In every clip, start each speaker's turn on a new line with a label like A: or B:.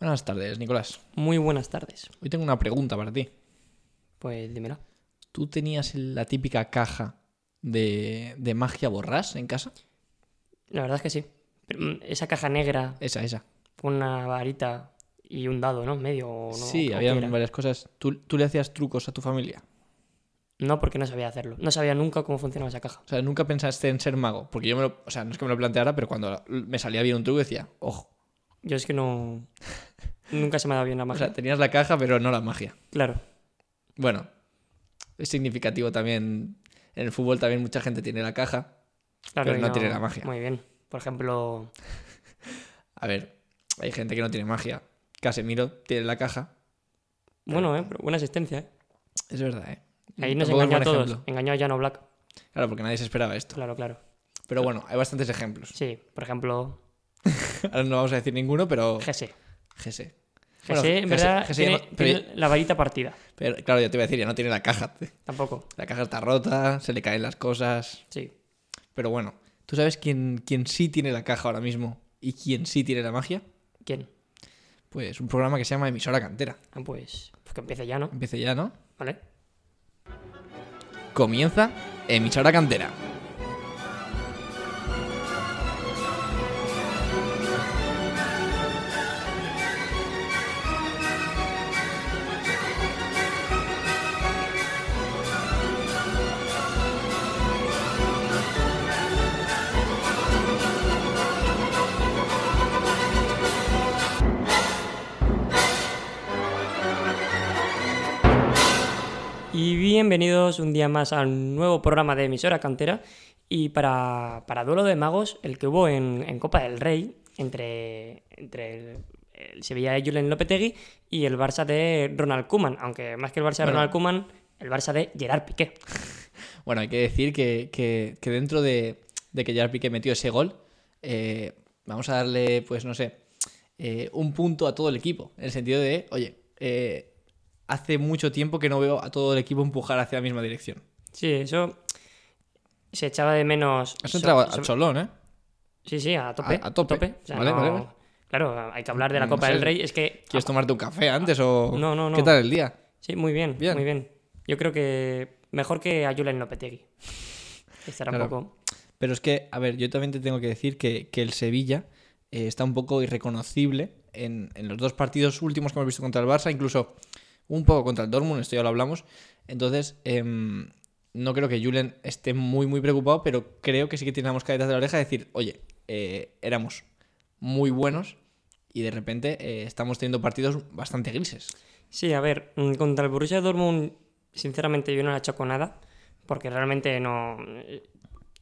A: Buenas tardes, Nicolás.
B: Muy buenas tardes.
A: Hoy tengo una pregunta para ti.
B: Pues dímelo.
A: ¿Tú tenías la típica caja de, de magia borrás en casa?
B: La verdad es que sí. Pero, mm, esa caja negra
A: Esa, esa.
B: con una varita y un dado, ¿no? Medio o no.
A: sí,
B: o
A: había
B: qué era.
A: varias cosas. ¿Tú, tú le hacías trucos a tu familia?
B: No, porque no sabía hacerlo. No sabía nunca cómo funcionaba esa caja.
A: O sea, nunca pensaste en ser mago. Porque yo me lo. O sea, no es que me lo planteara, pero cuando me salía bien un truco decía, ojo.
B: Yo es que no. nunca se me ha dado bien la
A: O
B: magia.
A: sea, tenías la caja, pero no la magia.
B: Claro.
A: Bueno, es significativo también. En el fútbol también mucha gente tiene la caja.
B: claro
A: Pero
B: y
A: no tiene la magia.
B: Muy bien. Por ejemplo,
A: A ver, hay gente que no tiene magia. Casemiro tiene la caja.
B: bueno, ¿eh? Pero buena asistencia, ¿eh?
A: Es verdad, ¿eh?
B: Ahí nos
A: Tampoco es
B: engañó a
A: buen
B: todos.
A: ejemplo.
B: Engañó a Jano Black.
A: Claro, porque nadie se esperaba esto.
B: Claro, claro.
A: Pero bueno, hay bastantes ejemplos.
B: Sí, por ejemplo,
A: Ahora no vamos a decir ninguno, pero
B: GC.
A: GC.
B: GC,
A: Oh. Bueno,
B: en
A: GC,
B: verdad,
A: GC
B: tiene,
A: no- pero-
B: tiene la varita partida.
A: Pero claro, ya te iba a decir, ya no tiene la caja.
B: Tampoco.
A: La caja está rota, se le caen las cosas.
B: Sí.
A: Pero bueno, ¿tú sabes quién, quién sí tiene la caja ahora mismo y quién sí tiene la magia?
B: ¿Quién?
A: Pues un programa que se llama Emisora Cantera.
B: Ah, pues, pues que empiece ya, ¿no?
A: Empieza ya, ¿no?
B: ¿Vale?
A: Comienza Emisora Cantera.
B: Y bienvenidos un día más al nuevo programa de Emisora Cantera. Y para, para Duelo de Magos, el que hubo en, en Copa del Rey, entre, entre el, el Sevilla de Julen Lopetegui y el Barça de Ronald Kuman. Aunque más que el Barça de
A: Bueno.
B: Ronald Kuman, el Barça de Gerard Piqué.
A: Bueno, hay que decir que, que- que dentro de, de que Gerard Piqué metió ese gol, eh, vamos a darle, pues no sé, eh, un punto a todo el equipo. En el sentido de, oye, eh, hace mucho tiempo que no veo a todo el equipo empujar hacia la misma dirección.
B: Sí, eso se echaba de menos.
A: Has
B: so-
A: entrado
B: so-
A: a cholón, ¿eh?
B: Sí, sí, a tope.
A: A- a tope. Vale, vale, vale.
B: Claro, hay que hablar de la
A: No
B: Copa
A: sé.
B: del Rey. Es que.
A: ¿Quieres tomarte un café antes o...?
B: No, no, no.
A: ¿Qué tal el día?
B: Sí, muy bien,
A: Bien.
B: muy bien. Yo creo que mejor que a Julen Lopetegui. Estará
A: Claro.
B: un poco.
A: Pero es que, a ver, yo también te tengo que decir que, que el Sevilla eh, está un poco irreconocible en, en los dos partidos últimos que hemos visto contra el Barça, incluso un poco contra el Dortmund, esto ya lo hablamos. Entonces, em, no creo que Julen esté muy, muy preocupado, pero creo que sí que tiene la mosca detrás de la oreja de decir, oye, eh, éramos muy buenos y de repente eh, estamos teniendo partidos bastante grises.
B: Sí, a ver, mm, contra el Borussia Dortmund, sinceramente yo no la choco nada, porque realmente no. eh,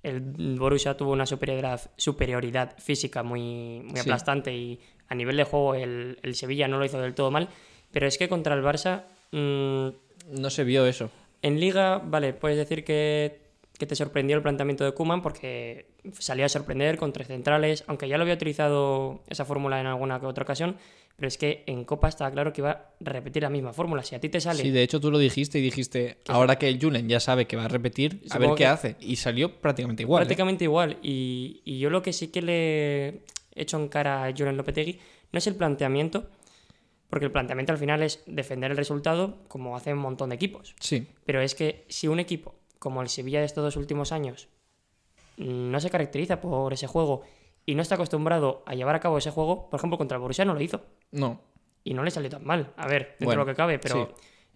B: El Borussia tuvo una superioridad, superioridad física muy, muy
A: Sí.
B: aplastante y a nivel de juego el, el Sevilla no lo hizo del todo mal, pero es que contra el Barça. mm,
A: No se vio eso.
B: En Liga, vale, puedes decir que, que te sorprendió el planteamiento de Kuman porque salió a sorprender con tres centrales, aunque ya lo había utilizado esa fórmula en alguna que otra ocasión, pero es que en Copa estaba claro que iba a repetir la misma fórmula. Si a ti te sale,
A: Sí, de ¿eh? hecho tú lo dijiste y dijiste, ahora que Julen ya sabe que va a repetir, a ver
B: Supongo
A: qué
B: que-
A: hace. Y salió prácticamente igual. ¿eh?
B: prácticamente igual. Y, y yo lo que sí que le echo en cara a Julen Lopetegui no es el planteamiento, porque el planteamiento al final es defender el resultado como hace un montón de equipos.
A: Sí,
B: Pero es que si un equipo como el Sevilla de estos dos últimos años mm, no se caracteriza por ese juego y no está acostumbrado a llevar a cabo ese juego, por ejemplo, contra el Borussia no lo hizo
A: no.
B: y no le salió tan mal. A ver, dentro
A: Bueno,
B: de lo que cabe, pero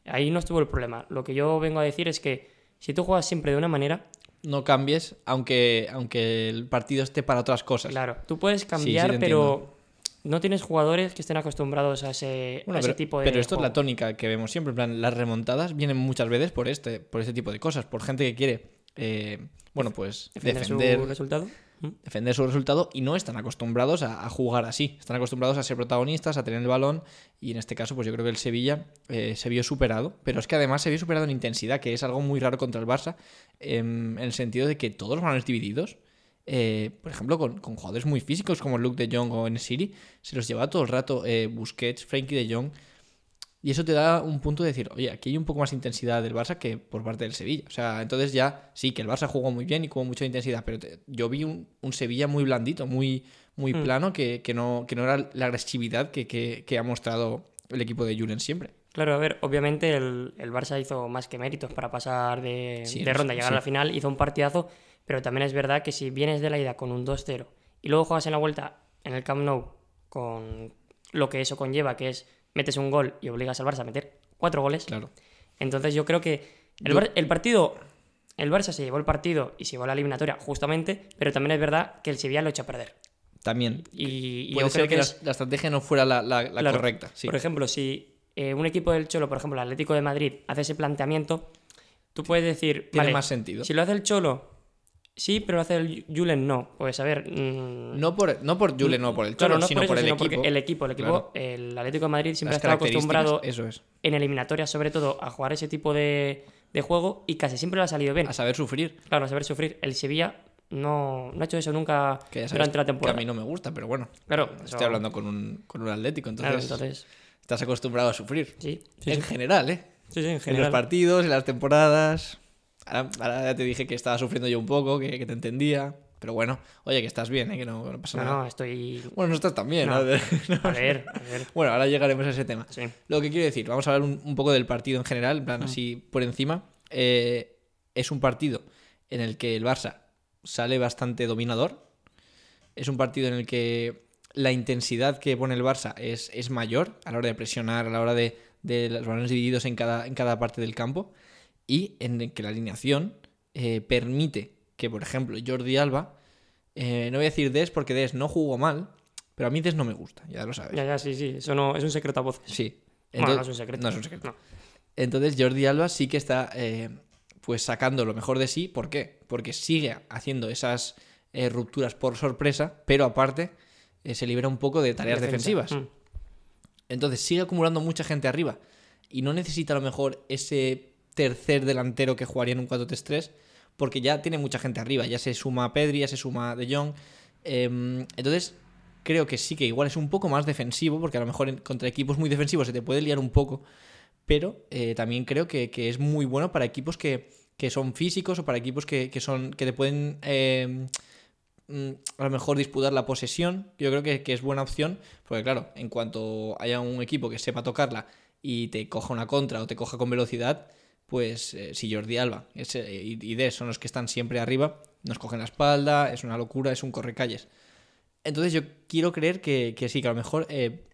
B: ahí no estuvo el problema. Lo que yo vengo a decir es que si tú juegas siempre de una manera,
A: No cambies, aunque, aunque el partido esté para otras cosas.
B: claro, tú puedes
A: sí,
B: cambiar,
A: te
B: pero no tienes jugadores que estén acostumbrados a ese,
A: Bueno,
B: a ese
A: pero,
B: tipo de
A: pero esto es la
B: juego.
A: tónica que vemos siempre. En plan, las remontadas vienen muchas veces por este, por este tipo de cosas, por gente que quiere, eh, bueno, pues
B: Defender su
A: defender,
B: resultado. ¿Mm?
A: defender su resultado y no están acostumbrados a, a jugar así. Están acostumbrados a ser protagonistas, a tener el balón y en este caso pues yo creo que el Sevilla eh, se vio superado, pero es que además se vio superado en intensidad, que es algo muy raro contra el Barça, em, en el sentido de que todos los balones divididos, eh, por ejemplo con, con jugadores muy físicos como Luke de Jong o Nesiri, se los llevaba todo el rato eh, Busquets, Frankie de Jong. Y eso te da un punto de decir, oye, aquí hay un poco más intensidad del Barça que por parte del Sevilla. O sea, entonces ya sí que el Barça jugó muy bien y jugó mucha intensidad, pero te- yo vi un, un Sevilla muy blandito, muy, muy
B: Mm.
A: plano, que, que no, que no era la agresividad que, que- que ha mostrado el equipo de Julen siempre.
B: Claro, a ver, obviamente el, el Barça hizo más que méritos para pasar de,
A: Sí,
B: de
A: no
B: ronda,
A: sé,
B: llegar a la
A: sí.
B: final, hizo un partidazo, pero también es verdad que si vienes de la ida con un 2-0 y luego juegas en la vuelta en el Camp Nou con lo que eso conlleva, que es metes un gol y obligas al Barça a meter cuatro goles,
A: Claro.
B: entonces yo creo que el,
A: Yo-
B: Bar- el partido, el Barça se llevó el partido y se llevó la eliminatoria justamente, pero también es verdad que el Sevilla lo echa a perder.
A: También.
B: Y, y
A: Puede
B: yo creo
A: ser
B: que
A: que la,
B: es-
A: la estrategia no fuera la, la- la
B: Claro.
A: correcta. Sí.
B: Por ejemplo, si eh, un equipo del Cholo, por ejemplo, el Atlético de Madrid, hace ese planteamiento, tú puedes decir,
A: Tiene
B: vale,
A: más sentido.
B: si lo hace el Cholo, sí, pero lo hace el Julen, no. Pues a ver... mm,
A: No por, no por Julen, no por el Cholo,
B: claro, no
A: sino
B: por
A: por,
B: eso,
A: el,
B: sino porque
A: equipo,
B: el equipo. El equipo,
A: Claro.
B: el Atlético de Madrid siempre
A: las
B: ha estado acostumbrado
A: características, Eso es.
B: en eliminatorias, sobre todo, a jugar ese tipo de, de juego y casi siempre lo ha salido bien.
A: A saber sufrir.
B: Claro, a saber sufrir. El Sevilla no, no ha hecho eso nunca
A: Que ya sabes
B: durante la
A: que a
B: temporada.
A: mí no me gusta, pero bueno.
B: Claro,
A: Estoy
B: eso-
A: hablando con un, con un atlético, entonces,
B: Claro, entonces,
A: estás acostumbrado a sufrir.
B: sí, sí,
A: en
B: sí.
A: general, ¿eh?
B: Sí, sí, en
A: En los
B: general.
A: partidos, en las temporadas. Ahora, ahora ya te dije que estaba sufriendo yo un poco, que, que te entendía. Pero bueno, oye, que estás bien, ¿eh? Que no, no pasa
B: No,
A: nada.
B: no, estoy.
A: Bueno, nosotros también.
B: No.
A: a ver.
B: A ver, a ver.
A: Bueno, ahora llegaremos a ese tema.
B: Sí.
A: Lo que quiero decir, vamos a hablar un, un poco del partido en general, en plan así por encima. Eh, es un partido en el que el Barça sale bastante dominador. Es un partido en el que la intensidad que pone el Barça es, es mayor a la hora de presionar, a la hora de, de los balones divididos en cada, en cada parte del campo. Y en el que la alineación eh, permite que, por ejemplo, Jordi Alba, eh, no voy a decir Des porque Des no jugó mal, pero a mí Des no me gusta, ya lo sabes.
B: Ya, ya, sí, sí. Eso no es un secreto a voces.
A: Sí.
B: Bueno, no
A: Entonces-
B: es un secreto.
A: No es un secreto.
B: No.
A: Entonces Jordi Alba sí que está eh, pues sacando lo mejor de sí. ¿Por qué? Porque sigue haciendo esas eh, rupturas por sorpresa, pero aparte eh, se libera un poco de tareas
B: Defensa.
A: defensivas.
B: Mm.
A: Entonces sigue acumulando mucha gente arriba y no necesita a lo mejor ese tercer delantero que jugaría en un 4-3-3 porque ya tiene mucha gente arriba, ya se suma Pedri, ya se suma De Jong. Em, entonces creo que sí que igual es un poco más defensivo porque a lo mejor en- contra equipos muy defensivos se te puede liar un poco, pero eh, también creo que, que es muy bueno para equipos que, que son físicos o para equipos que, que son, que te pueden... em, mm, a lo mejor disputar la posesión, yo creo que, que es buena opción, porque claro, en cuanto haya un equipo que sepa tocarla y te coja una contra o te coja con velocidad, pues eh, si Jordi Alba ese- y, y Des son los que están siempre arriba, nos cogen la espalda, es una locura, es un correcalles. Entonces yo quiero creer que, que sí, que a lo mejor eh,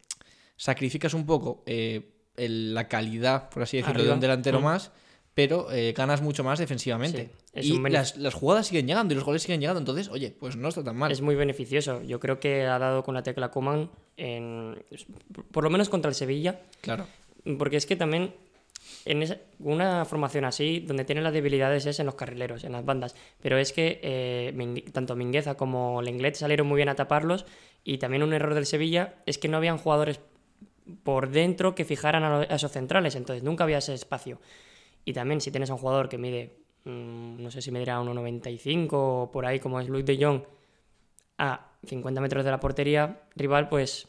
A: sacrificas un poco eh, el- la calidad, por así decirlo, de
B: Arriba.
A: un delantero
B: Mm.
A: más, pero eh, ganas mucho más defensivamente.
B: Sí, es
A: y
B: un beneficio.
A: las, las jugadas siguen llegando y los goles siguen llegando, entonces, oye, pues no está tan mal.
B: Es muy beneficioso. Yo creo que ha dado con la tecla Coman, en... por lo menos contra el Sevilla,
A: Claro.
B: porque es que también en esa- una formación así, donde tiene las debilidades es en los carrileros, en las bandas. Pero es que eh, Ming- tanto Mingueza como Lenglet salieron muy bien a taparlos y también un error del Sevilla es que no habían jugadores por dentro que fijaran a, lo- a esos centrales, entonces nunca había ese espacio. Y también si tienes a un jugador que mide, mm, no sé si medirá 1,95 o por ahí como es Luis de Jong, a 50 metros de la portería rival, pues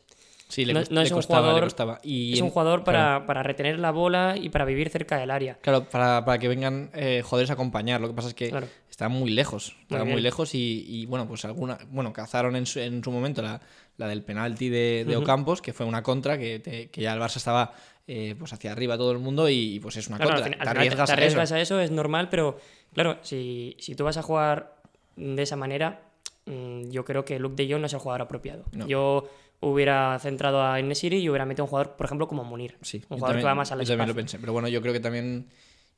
A: Sí, le,
B: No-
A: cos-
B: no
A: le
B: es un
A: costaba,
B: jugador-
A: le costaba. Y
B: es un
A: en-
B: jugador
A: claro.
B: para, para retener la bola y para vivir cerca del área.
A: Claro, para, para que vengan eh, jugadores a acompañar. Lo que pasa es que
B: Claro.
A: están muy lejos. Están muy,
B: bien.
A: lejos y, y, bueno, pues alguna. Bueno, cazaron en su, en su momento la, la del penalti de, de
B: Ujú.
A: Ocampos, que fue una contra, que, te- que ya el Barça estaba eh, pues hacia arriba todo el mundo y, y, pues es una
B: Claro, al
A: contra.
B: fin- al
A: te
B: final
A: arriesgas,
B: te
A: a
B: arriesgas
A: eso.
B: a eso, es normal, pero claro, si, si tú vas a jugar de esa manera, mm, yo creo que Luke de Jong no es el jugador apropiado.
A: No.
B: Yo hubiera centrado a Nesiri y hubiera metido un jugador, por ejemplo, como Munir.
A: Sí, yo
B: un jugador
A: también-
B: que va más al
A: yo también
B: espacio.
A: lo pensé. Pero bueno, yo creo que también.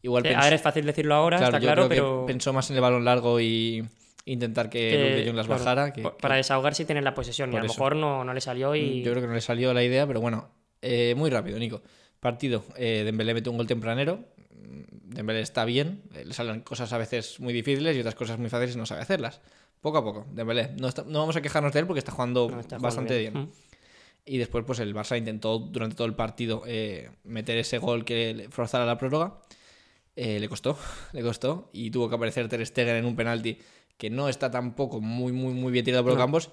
A: Igual
B: Eh,
A: pensó,
B: Ahora es fácil decirlo ahora,
A: claro,
B: está
A: yo
B: claro,
A: creo que
B: pero...
A: pensó más en el balón largo y intentar que,
B: que,
A: Luke de Jong las
B: claro,
A: bajara. que-
B: pa-
A: que-
B: para desahogarse y tener la posesión. Y
A: Por
B: a lo
A: eso. Mm,
B: mejor no, no le salió y...
A: Yo creo que no le salió la idea, pero bueno, eh, muy rápido, Nico. Partido, eh, Dembélé mete un gol tempranero, mm, Dembélé está bien, eh, le salen cosas a veces muy difíciles y otras cosas muy fáciles y no sabe hacerlas. Poco a poco, Dembélé. No, está- no vamos a quejarnos de él porque está jugando
B: no está jugando
A: bastante bien.
B: Mm.
A: Y después, pues el Barça intentó durante todo el partido eh, meter ese gol que le forzara la prórroga. Eh, le costó, le costó. Y tuvo que aparecer Ter Stegen en un penalti que no está tampoco muy, muy, muy bien tirado por
B: No.
A: Campos.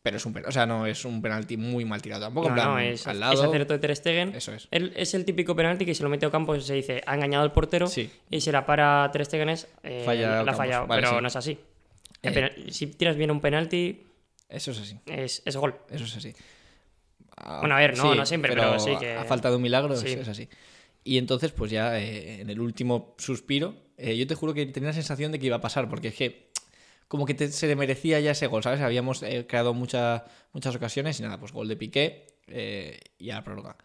A: Pero es un, pen- o sea, no es un penalti muy mal tirado tampoco. en
B: No,
A: plan,
B: no, es,
A: al
B: es
A: lado.
B: acierto de Ter Stegen.
A: Eso es.
B: Él es el típico penalti que si lo mete Ocampo se dice, ha engañado al portero
A: Sí.
B: y se la para Ter Stegen es, eh,
A: Falla
B: la ha
A: Ocampos.
B: fallado,
A: Vale,
B: pero
A: sí.
B: no es así. El
A: Eh,
B: penal- si tiras bien un penalti,
A: Eso es así.
B: es, es gol.
A: Eso es así. Ah,
B: Bueno, a ver, no- no siempre, pero sí
A: a-
B: que-
A: A falta de un milagro,
B: Sí.
A: es- es así. Y entonces, pues ya eh, en el último suspiro, eh, yo te juro que tenía la sensación de que iba a pasar, porque es que como que te- se le merecía ya ese gol, ¿sabes? Habíamos eh, creado mucha- muchas ocasiones y nada, pues gol de Piqué eh, y a la prórroga.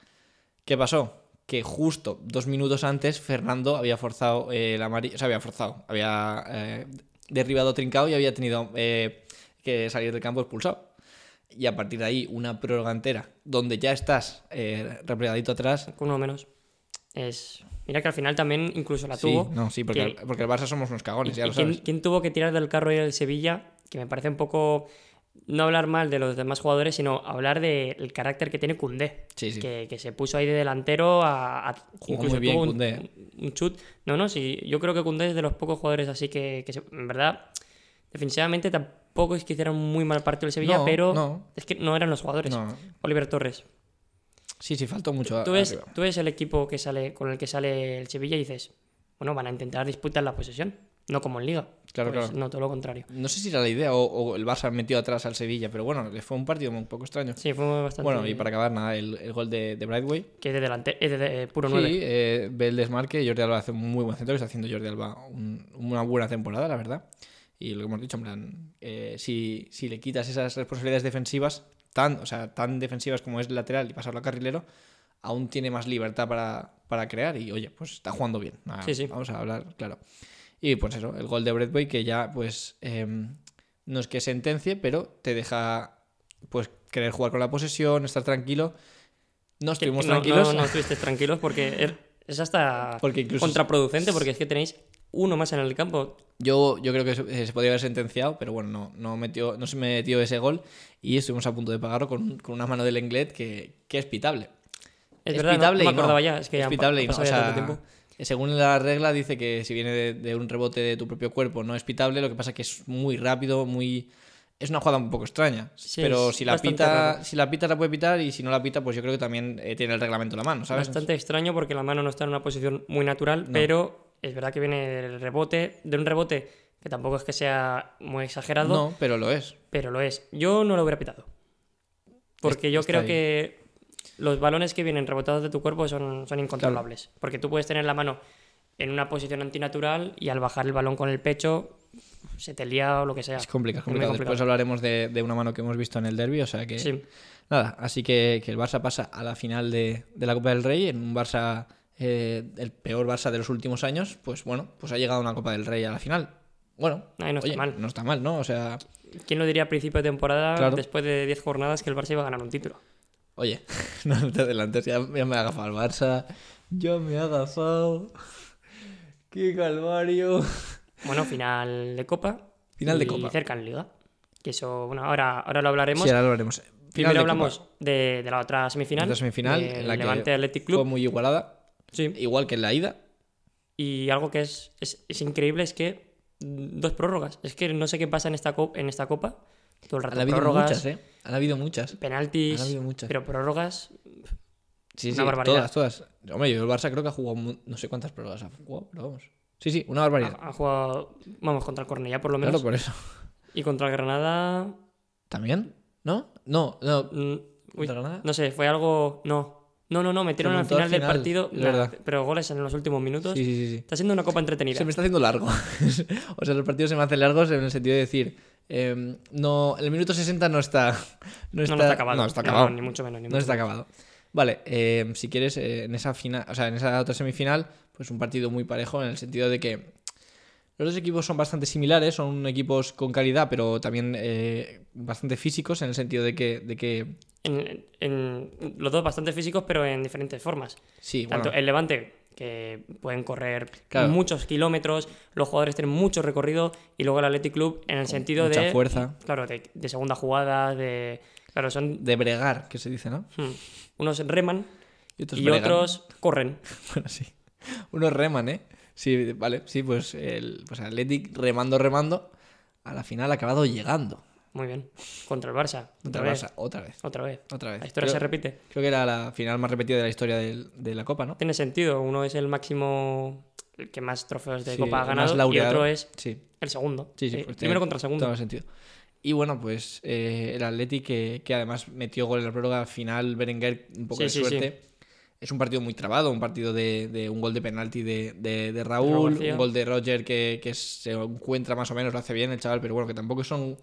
A: ¿Qué pasó? Que justo dos minutos antes Fernando había forzado eh, la amarilla, o sea, había forzado, había eh, derribado trincado y había tenido eh, que salir del campo expulsado. Y a partir de ahí, una prórroga entera, donde ya estás eh, replegadito atrás.
B: con uno menos. Es... Mira que al final también incluso la
A: Sí,
B: tuvo.
A: no, sí, porque,
B: que-
A: porque el Barça somos unos cagones, ya
B: ¿Y
A: lo
B: quién,
A: sabes.
B: quién tuvo que tirar del carro y el Sevilla? Que me parece un poco no hablar mal de los demás jugadores, sino hablar del carácter que tiene Cundé.
A: Sí, sí.
B: Que, que se puso ahí de delantero a. a-
A: muy bien
B: tuvo un-
A: Koundé, ¿eh?
B: Un, chut. No, no, sí. Yo creo que Cundé es de los pocos jugadores así que, que se- en verdad, definitivamente tampoco es que hicieran muy mal partido el Sevilla,
A: No,
B: pero
A: no.
B: es que no eran los jugadores.
A: No.
B: Oliver Torres.
A: Sí, sí, faltó mucho.
B: Tú ves,
A: arriba.
B: tú ves el equipo que sale, con el que sale el Sevilla y dices, bueno, van a intentar disputar la posesión, no como en Liga.
A: Claro,
B: Pues
A: claro.
B: No, todo lo contrario.
A: No sé si era la idea o, o el Barça metió atrás al Sevilla, pero bueno, le fue un partido un poco extraño.
B: Sí, fue bastante.
A: Bueno, y para acabar, nada, el, el gol de, de Brightway.
B: Que es de delante, es de, de puro
A: Sí,
B: 9.
A: eh, ve el desmarque. Jordi Alba hace un muy buen centro. que Está haciendo Jordi Alba un- una buena temporada, la verdad. Y lo que hemos dicho, en plan, eh, si, si le quitas esas responsabilidades defensivas, tan, o sea, tan defensivas como es lateral y pasarlo a carrilero, aún tiene más libertad para, para crear. Y oye, pues está jugando bien. Nada,
B: Sí, sí.
A: Vamos a hablar, claro. Y pues eso, el gol de Bradway que ya, pues, em, no es que sentencie, pero te deja, pues, querer jugar con la posesión, estar tranquilo. No estuvimos
B: no,
A: tranquilos.
B: No, no estuvisteis tranquilos porque er- es hasta
A: Porque incluso-
B: contraproducente, porque es que tenéis uno más en el campo.
A: Yo, yo creo que se, eh, se podía haber sentenciado, pero bueno, no, no, metió, no se metió ese gol y estuvimos a punto de pagarlo con, un- con una mano del Englet que, que es pitable.
B: Es, verdad, no-
A: pitable
B: no,
A: y
B: me acordaba ya. Es que
A: es
B: ya han pa-
A: pitable y
B: ha
A: no.
B: pasado
A: o
B: ya
A: sea,
B: tanto tiempo.
A: según la regla dice que si viene de, de un rebote de tu propio cuerpo no es pitable, lo que pasa que es muy rápido, muy... Es una jugada un poco extraña,
B: Sí,
A: pero
B: es
A: si la,
B: bastante
A: pita,
B: raro.
A: si la pita la puede pitar y si no la pita pues yo creo que también eh, tiene el reglamento en la mano, ¿sabes?
B: Bastante extraño porque la mano no está en una posición muy natural, pero es verdad que viene del rebote, de un rebote que tampoco es que sea muy exagerado,
A: No, pero lo es.
B: pero lo es. Yo no lo hubiera pitado. Porque
A: Es-
B: yo
A: está
B: creo
A: bien.
B: que los balones que vienen rebotados de tu cuerpo son, son incontrolables. Porque tú puedes tener la mano en una posición antinatural y al bajar el balón con el pecho se te lía o lo que sea.
A: Es complicado, es
B: muy
A: complicado. Después hablaremos de, de una mano que hemos visto en el derby, o sea que...
B: Sí.
A: Nada, así que, que el Barça pasa a la final de, de la Copa del Rey, en un Barça, eh, el peor Barça de los últimos años, pues bueno, pues ha llegado a una Copa del Rey a la final. Bueno,
B: Ay, no está
A: oye,
B: mal.
A: no está mal, ¿no? O sea,
B: ¿Quién lo diría a principio de temporada,
A: Claro.
B: después de 10 jornadas, que el Barça iba a ganar un título?
A: oye, no te adelantes, ya, ya me ha agafado el Barça, ya me ha agafado. ¡Qué calvario!
B: Bueno, final de Copa.
A: Final de
B: y
A: Copa.
B: cerca en Liga. Que eso, bueno, ahora, ahora lo hablaremos.
A: Sí, ahora lo veremos. Final de
B: Primero
A: Copa,
B: hablamos de, de la otra semifinal.
A: otra semifinal,
B: del
A: en la que
B: Levante Athletic
A: fue
B: Club.
A: muy igualada,
B: Sí.
A: igual que en la ida.
B: Y algo que es, es, es increíble es que mm, dos prórrogas. Es que no sé qué pasa en esta, co- en esta copa. Todo el rato
A: Han habido
B: prórrogas,
A: muchas, ¿eh? Han habido muchas.
B: penaltis,
A: Han habido muchas.
B: pero prórrogas.
A: Sí,
B: Una
A: sí,
B: barbaridad.
A: todas, todas. Hombre, yo el Barça creo que ha jugado mu- no sé cuántas prórrogas ha jugado, pero vamos. Sí, sí, una barbaridad.
B: Han jugado, vamos, contra el Cornellá Ah, por lo menos.
A: claro, por eso.
B: Y contra el Granada.
A: ¿También? ¿No? No, no.
B: mm, uy,
A: ¿Contra Granada?
B: no sé, fue algo. No. No, no, no, metieron al
A: Remontó al
B: final, del
A: final,
B: partido.
A: es
B: nah,
A: verdad.
B: pero goles en los últimos minutos.
A: Sí, sí, sí. sí.
B: Está siendo una copa entretenida.
A: Se me está haciendo largo. o sea, los partidos se me hacen largos en el sentido de decir, em, no, el minuto 60 no está. No
B: No,
A: está,
B: no está acabado.
A: No está
B: No,
A: acabado.
B: ni mucho menos. Ni
A: No
B: mucho
A: está
B: menos.
A: acabado. Vale, eh, si quieres, eh, en esa final, o sea, en esa otra semifinal, pues un partido muy parejo en el sentido de que los dos equipos son bastante similares, son equipos con calidad, pero también eh, bastante físicos, en el sentido de que, de que
B: En- en- los dos bastante físicos, pero en diferentes formas.
A: sí, bueno,
B: Tanto el Levante, que pueden correr
A: Claro.
B: muchos kilómetros, los jugadores tienen mucho recorrido, y luego el Athletic Club en el sentido
A: mucha
B: de.
A: fuerza.
B: Claro, de, de segunda jugada, de. Claro, son.
A: de bregar, que se dice, ¿no?
B: hmm, unos reman y
A: bregan.
B: otros corren.
A: Bueno, sí. Unos reman, ¿eh? Sí, vale, sí, pues el pues Athletic remando, remando, a la final ha acabado llegando.
B: Muy bien. Contra el Barça.
A: Contra el
B: vez.
A: Barça, otra vez.
B: Otra vez.
A: Otra vez.
B: La historia
A: creo,
B: se repite.
A: creo que era la final más repetida de la historia del- de la Copa, ¿no?
B: Tiene sentido. Uno es el máximo, el que más trofeos de
A: Sí,
B: Copa ha
A: el más
B: ganado. Y
A: laureado.
B: otro es
A: Sí,
B: el segundo.
A: sí, sí.
B: Eh,
A: pues tiene
B: primero contra segundo.
A: Todo el sentido. Y bueno, pues eh, el Atleti que, que además metió gol en la prórroga final, Berenguer, un poco
B: Sí,
A: de
B: sí,
A: suerte. Es un partido muy trabado, un partido de, de un gol de penalti de, de- de Raúl,
B: García.
A: un gol de Roger que, que se encuentra más o menos, lo hace bien el chaval, pero bueno, que tampoco son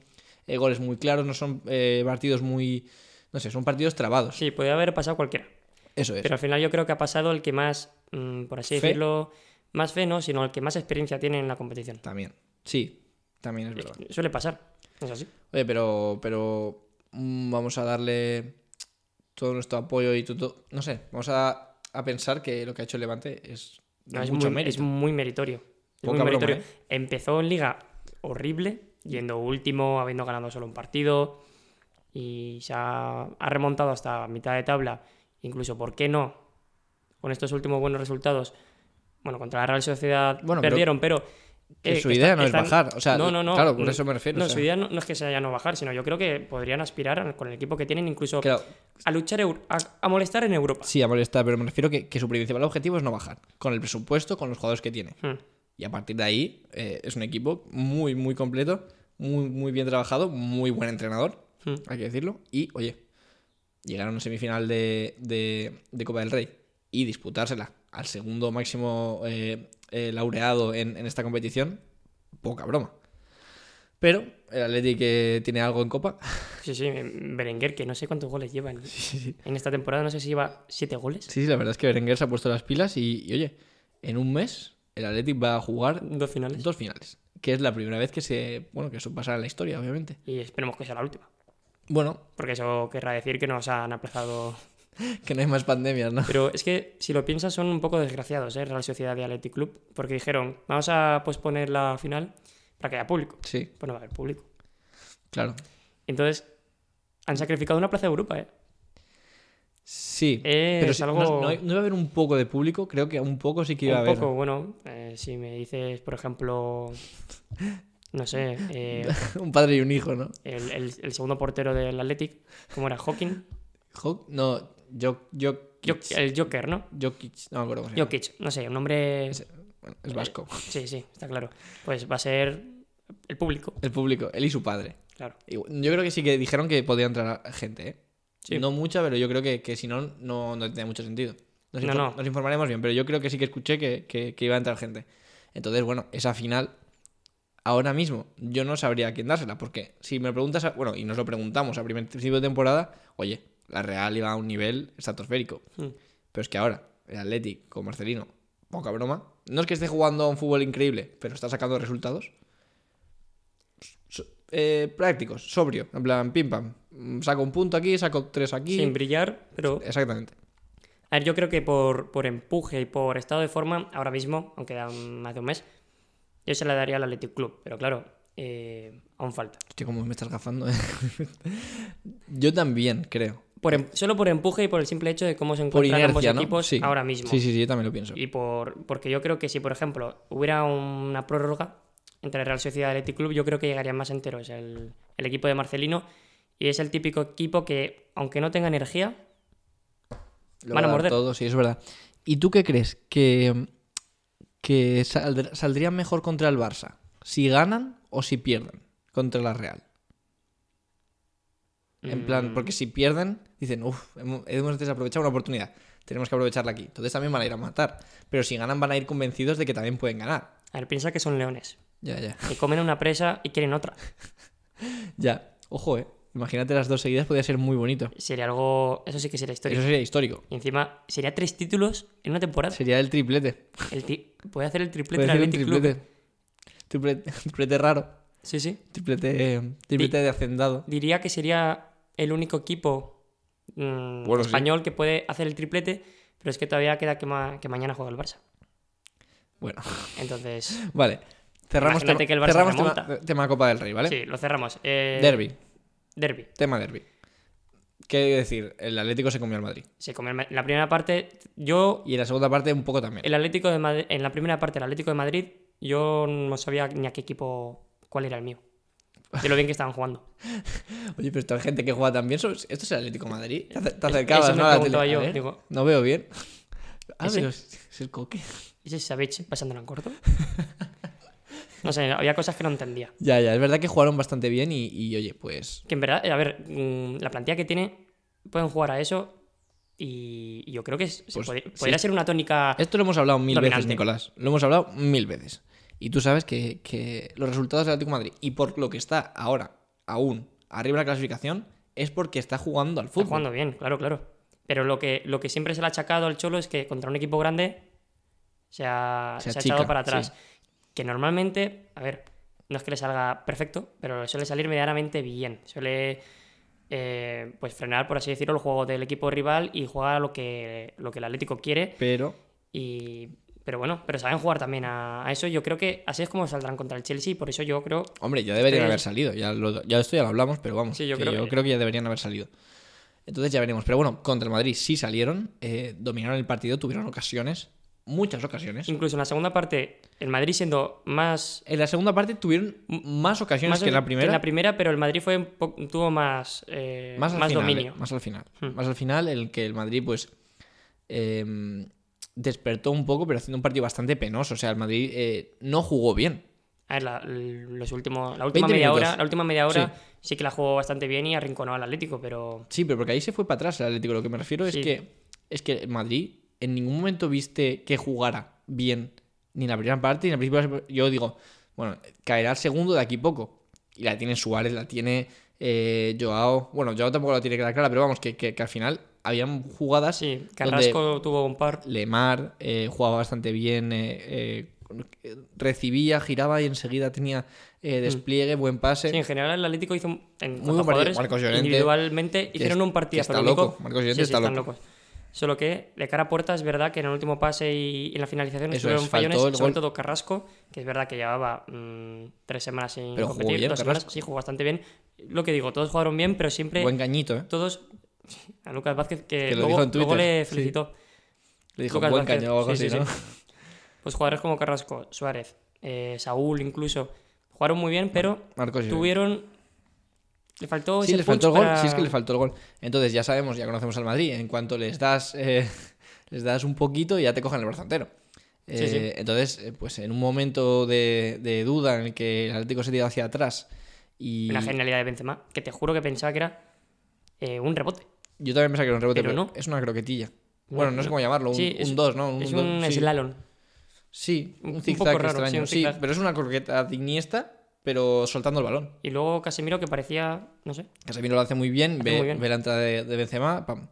A: eh, goles muy claros, no son eh, partidos muy... No sé, son partidos trabados.
B: Sí, podía haber pasado cualquiera.
A: Eso es.
B: Pero al final yo creo que ha pasado el que más, mm, por así
A: Fe.
B: decirlo, más fe no, sino el que más experiencia tiene en la competición.
A: También. Sí, también es
B: Es-
A: verdad.
B: Suele pasar. Es así.
A: Oye, pero, pero mm, vamos a darle todo nuestro apoyo y todo. No sé, vamos a, a pensar que lo que ha hecho el Levante es de
B: No, es,
A: mucho
B: muy,
A: mérito.
B: es muy meritorio. Es
A: Poca broma, ¿eh?
B: muy meritorio. Empezó en liga horrible, yendo último, habiendo ganado solo un partido. Y se ha, ha remontado hasta mitad de tabla. Incluso, ¿por qué no? Con estos últimos buenos resultados. Bueno, contra la Real Sociedad
A: Bueno, pero-
B: perdieron, pero.
A: que
B: eh,
A: su
B: que
A: idea
B: está-
A: no es
B: están-
A: bajar, o sea,
B: no, no, no,
A: claro, por
B: no,
A: eso me refiero,
B: No,
A: o sea.
B: su idea no, no es que sea ya no bajar, sino yo creo que podrían aspirar a- con el equipo que tienen incluso
A: Claro,
B: a luchar, eu- a, a molestar en Europa.
A: sí, a molestar, pero me refiero que, que su principal objetivo es no bajar. Con el presupuesto, con los jugadores que tiene.
B: Hmm.
A: Y a partir de ahí, eh, es un equipo muy, muy completo, muy, muy bien trabajado, muy buen entrenador,
B: Hmm.
A: hay que decirlo. Y, oye, llegar a una semifinal de, de- de Copa del Rey y disputársela al segundo máximo eh, eh, laureado en, en esta competición, poca broma. Pero el Atleti que tiene algo en Copa,
B: Sí, sí, Berenguer, que no sé cuántos goles lleva en, en esta temporada, no sé si lleva siete goles.
A: sí, sí, la verdad es que Berenguer se ha puesto las pilas y, y, oye, en un mes el Atleti va a jugar
B: Dos finales.
A: dos finales, que es la primera vez que se, bueno, que eso pasa en la historia, obviamente.
B: Y esperemos que sea la última.
A: Bueno,
B: Porque eso querrá decir que nos han aplazado.
A: que no hay más pandemias, ¿no?
B: Pero es que, si lo piensas, son un poco desgraciados, ¿eh? Real Sociedad y Athletic Club. Porque dijeron, vamos a posponer la final para que haya público.
A: Sí,
B: Pues no va a haber público.
A: claro.
B: Entonces, han sacrificado una plaza de Europa, ¿eh?
A: Sí,
B: Eh,
A: pero
B: es
A: si-
B: algo-
A: no, no- no iba a haber un poco de público, creo que un poco sí que iba a
B: un
A: haber.
B: poco, bueno, eh, si me dices, por ejemplo, no sé, eh,
A: un padre y un hijo, ¿no?
B: el, el- el segundo portero del Athletic, ¿cómo era? Hawking.
A: Hawk- No, yo, yo,
B: Jo- el Joker, ¿no?
A: Jokic, no me acuerdo cómo se llama.
B: Jokic, no sé, un nombre...
A: Ese- Bueno, es vasco.
B: Sí, sí, está claro. Pues va a ser el público,
A: El público, él y su padre.
B: claro.
A: Y bueno, Yo creo que sí que dijeron que podía entrar gente, ¿eh?
B: Sí.
A: No mucha, pero yo creo que, que si no, no, no tiene mucho sentido. Nos,
B: No, no.
A: nos informaremos bien, pero yo creo que sí que escuché que, que- que iba a entrar gente. Entonces, bueno, esa final, ahora mismo, yo no sabría a quién dársela, porque si me preguntas, a- bueno, y nos lo preguntamos a primer principio de temporada, oye, la Real iba a un nivel estratosférico.
B: Hmm.
A: Pero es que ahora, el Athletic con Marcelino, poca broma, no es que esté jugando a un fútbol increíble, pero está sacando resultados so- eh, prácticos, sobrio, en plan, pim pam. Mm, Saco un punto aquí, saco tres aquí.
B: Sin brillar, pero...
A: Exactamente.
B: A ver, yo creo que por, por empuje y por estado de forma, ahora mismo, aunque da más de un mes, yo se la daría al Athletic Club, pero claro, eh, aún falta.
A: Hostia, cómo me estás gafando. eh. Yo también, creo.
B: Por em- solo por empuje y por el simple hecho de cómo se
A: Por
B: encuentran ambos
A: inercia, ¿no?
B: equipos
A: sí.
B: ahora mismo.
A: Sí, sí, sí, yo también lo pienso.
B: Y por porque yo creo que si, por ejemplo, hubiera una prórroga entre Real Sociedad y Athletic Club, yo creo que llegarían más enteros el, el equipo de Marcelino. Y es el típico equipo que, aunque no tenga energía,
A: Lo
B: van a
A: dar
B: morder.
A: Todo, sí, es verdad. ¿Y tú qué crees? ¿Que, que saldr- saldrían mejor contra el Barça? ¿Si ganan o si pierden contra la Real? En plan,
B: Mm.
A: porque si pierden, dicen, uff, hemos desaprovechado una oportunidad, tenemos que aprovecharla aquí. Entonces también van a ir a matar. Pero si ganan, van a ir convencidos de que también pueden ganar.
B: a ver, piensa que son leones,
A: Ya, ya.
B: que comen una presa y quieren otra.
A: Ya. Ojo, eh. Imagínate las dos seguidas, podría ser muy bonito.
B: Sería algo, eso sí que sería
A: Eso
B: histórico.
A: sería histórico.
B: Y encima, sería tres títulos en una temporada.
A: Sería el triplete.
B: El ti- puede hacer el triplete
A: Puede ser
B: en
A: un
B: Athletic Club.
A: triplete. triplete. Triplete raro.
B: Sí, sí.
A: Triplete, eh, triplete de hacendado.
B: Diría que sería el único equipo mm,
A: Bueno, sí.
B: español que puede hacer el triplete, pero es que todavía queda que, ma- que mañana juega el Barça.
A: Bueno,
B: Entonces,
A: vale. Cerramos, tema,
B: Imagínate que el Barça
A: cerramos tema,
B: remonta.
A: tema Copa del Rey, ¿vale?
B: sí, lo cerramos. Eh,
A: Derby.
B: derbi.
A: Tema derby. ¿Qué decir? El Atlético se comió al Madrid.
B: Se come el Ma- en la primera parte, yo,
A: Y en la segunda parte un poco también.
B: el Atlético de Madrid, en la primera parte, el Atlético de Madrid, yo no sabía ni a qué equipo, cuál era el mío. de lo bien que estaban jugando.
A: Oye, pero esta gente que juega tan bien, ¿sos- ¿esto es el Atlético de Madrid? Te ace- Te
B: Eso-
A: acercabas,
B: eso me
A: ¿no? a la
B: preguntaba
A: tele.
B: yo,
A: A ver,
B: digo.
A: No veo bien. Ah,
B: ¿Ese?
A: pero es, es el coque.
B: ¿Y ese Savage pasándolo en corto? No sé, había cosas que no entendía.
A: Ya, ya, es verdad que jugaron bastante bien y, y, oye, pues.
B: Que en verdad, eh, a ver, mm, la plantilla que tiene, pueden jugar a eso y y yo creo que es- se
A: Pues
B: pod-
A: sí.
B: podría ser una tónica...
A: Esto lo hemos hablado mil veces,
B: Dominante.
A: Nicolás. Lo hemos hablado mil veces. Y tú sabes que, que los resultados del Atlético de Madrid, y por lo que está ahora, aún, arriba en la clasificación, es porque está jugando al
B: Está
A: fútbol.
B: jugando bien, claro, claro. Pero lo que, lo que siempre se le ha achacado al Cholo es que contra un equipo grande se ha,
A: Se
B: se ha
A: achica,
B: echado para atrás. Que normalmente, a ver, no es que le salga perfecto, pero suele salir medianamente bien. Suele eh, pues frenar, por así decirlo, el juego del equipo rival y juega lo que, lo que el Atlético quiere.
A: Pero
B: Y, pero bueno, pero saben jugar también a, a eso. Yo creo que así es como saldrán contra el Chelsea y por eso yo creo
A: Hombre, ya deberían
B: Pero-
A: haber salido. Ya, lo, ya esto ya lo hablamos, pero vamos.
B: Sí, yo
A: que
B: creo que-
A: que ya deberían haber salido. Entonces ya veremos. Pero bueno, contra el Madrid sí salieron, eh, dominaron el partido, tuvieron ocasiones, muchas ocasiones.
B: incluso en la segunda parte, el Madrid siendo más
A: En la segunda parte tuvieron más ocasiones
B: Más
A: que en la primera.
B: pero el Madrid fue un po- tuvo más, eh,
A: más
B: más,
A: al final,
B: dominio.
A: eh, más al final.
B: Hmm.
A: Más al final, el que el Madrid, pues. em, despertó un poco, pero haciendo un partido bastante penoso. O sea, el Madrid eh, no jugó bien.
B: A ver, la, los últimos, la última
A: 20
B: media
A: minutos.
B: hora, la última media hora sí. que la jugó bastante bien y arrinconó al Atlético, pero
A: Sí, pero porque ahí se fue para atrás el Atlético. Lo que me refiero
B: Sí.
A: es que es que el Madrid en ningún momento viste que jugara bien ni en la primera parte ni en la principio. Yo digo, bueno, caerá el segundo de aquí poco. Y la tiene Suárez, la tiene eh, Joao. Bueno, Joao tampoco la tiene que dar clara, pero vamos, que, que- que al final habían jugadas.
B: sí,
A: donde
B: Carrasco tuvo un par.
A: Lemar eh, jugaba bastante bien, eh, eh, recibía, giraba y enseguida tenía eh, despliegue, buen pase.
B: Mm. Sí, en general el Atlético hizo un- en
A: Muy buen
B: cuanto a
A: partido.
B: jugadores,
A: Marcos Llorente,
B: individualmente hicieron
A: es-
B: un
A: que
B: partido.
A: está loco. Marcos Llorente está loco.
B: Solo que de cara a puerta es verdad que en el último pase y en la finalización
A: Eso
B: estuvieron
A: es, faltó
B: fallones,
A: el
B: sobre
A: gol.
B: todo Carrasco, que es verdad que llevaba mm, tres semanas sin
A: Pero jugó
B: competir,
A: bien,
B: dos semanas,
A: Carrasco.
B: sí jugó bastante bien. Lo que digo, todos jugaron bien, pero siempre
A: Buen cañito, ¿eh?
B: todos a Lucas Vázquez que,
A: Que lo
B: luego,
A: dijo en Twitter,
B: luego le
A: sí.
B: felicitó.
A: Le dijo
B: Lucas
A: buen
B: Vázquez,
A: caño o algo
B: sí,
A: así,
B: sí,
A: ¿no?
B: sí. Pues jugadores como Carrasco, Suárez, eh, Saúl incluso, jugaron muy bien, pero
A: Marcos Llorente.
B: tuvieron le faltó
A: Sí,
B: ese
A: le faltó el
B: punch
A: gol.
B: para-
A: Sí, es que le faltó el gol. Entonces ya sabemos, ya conocemos al Madrid. En cuanto les das, eh, les das un poquito, ya te cogen el brazo entero.
B: Sí,
A: Eh,
B: sí.
A: Entonces, eh, pues en un momento de, de duda en el que el Atlético se tira hacia atrás y
B: una genialidad de Benzema, que te juro que pensaba que era eh, un rebote.
A: yo también pensaba que era un rebote,
B: Pero
A: pero,
B: no.
A: es una croquetilla.
B: No,
A: Bueno, no sé cómo llamarlo, un-
B: Sí, es-
A: un 2, ¿no? Un
B: es
A: dos,
B: un
A: sí.
B: slalom.
A: Sí,
B: un
A: un
B: poco
A: zigzag
B: raro, sí,
A: extraño.
B: un
A: Sí,
B: zigzag.
A: pero es una croqueta de Iniesta, pero soltando el balón.
B: Y luego Casemiro que parecía, no sé,
A: Casemiro lo hace muy bien,
B: Hace
A: ve,
B: muy bien.
A: ve la entrada de, de Benzema, pam.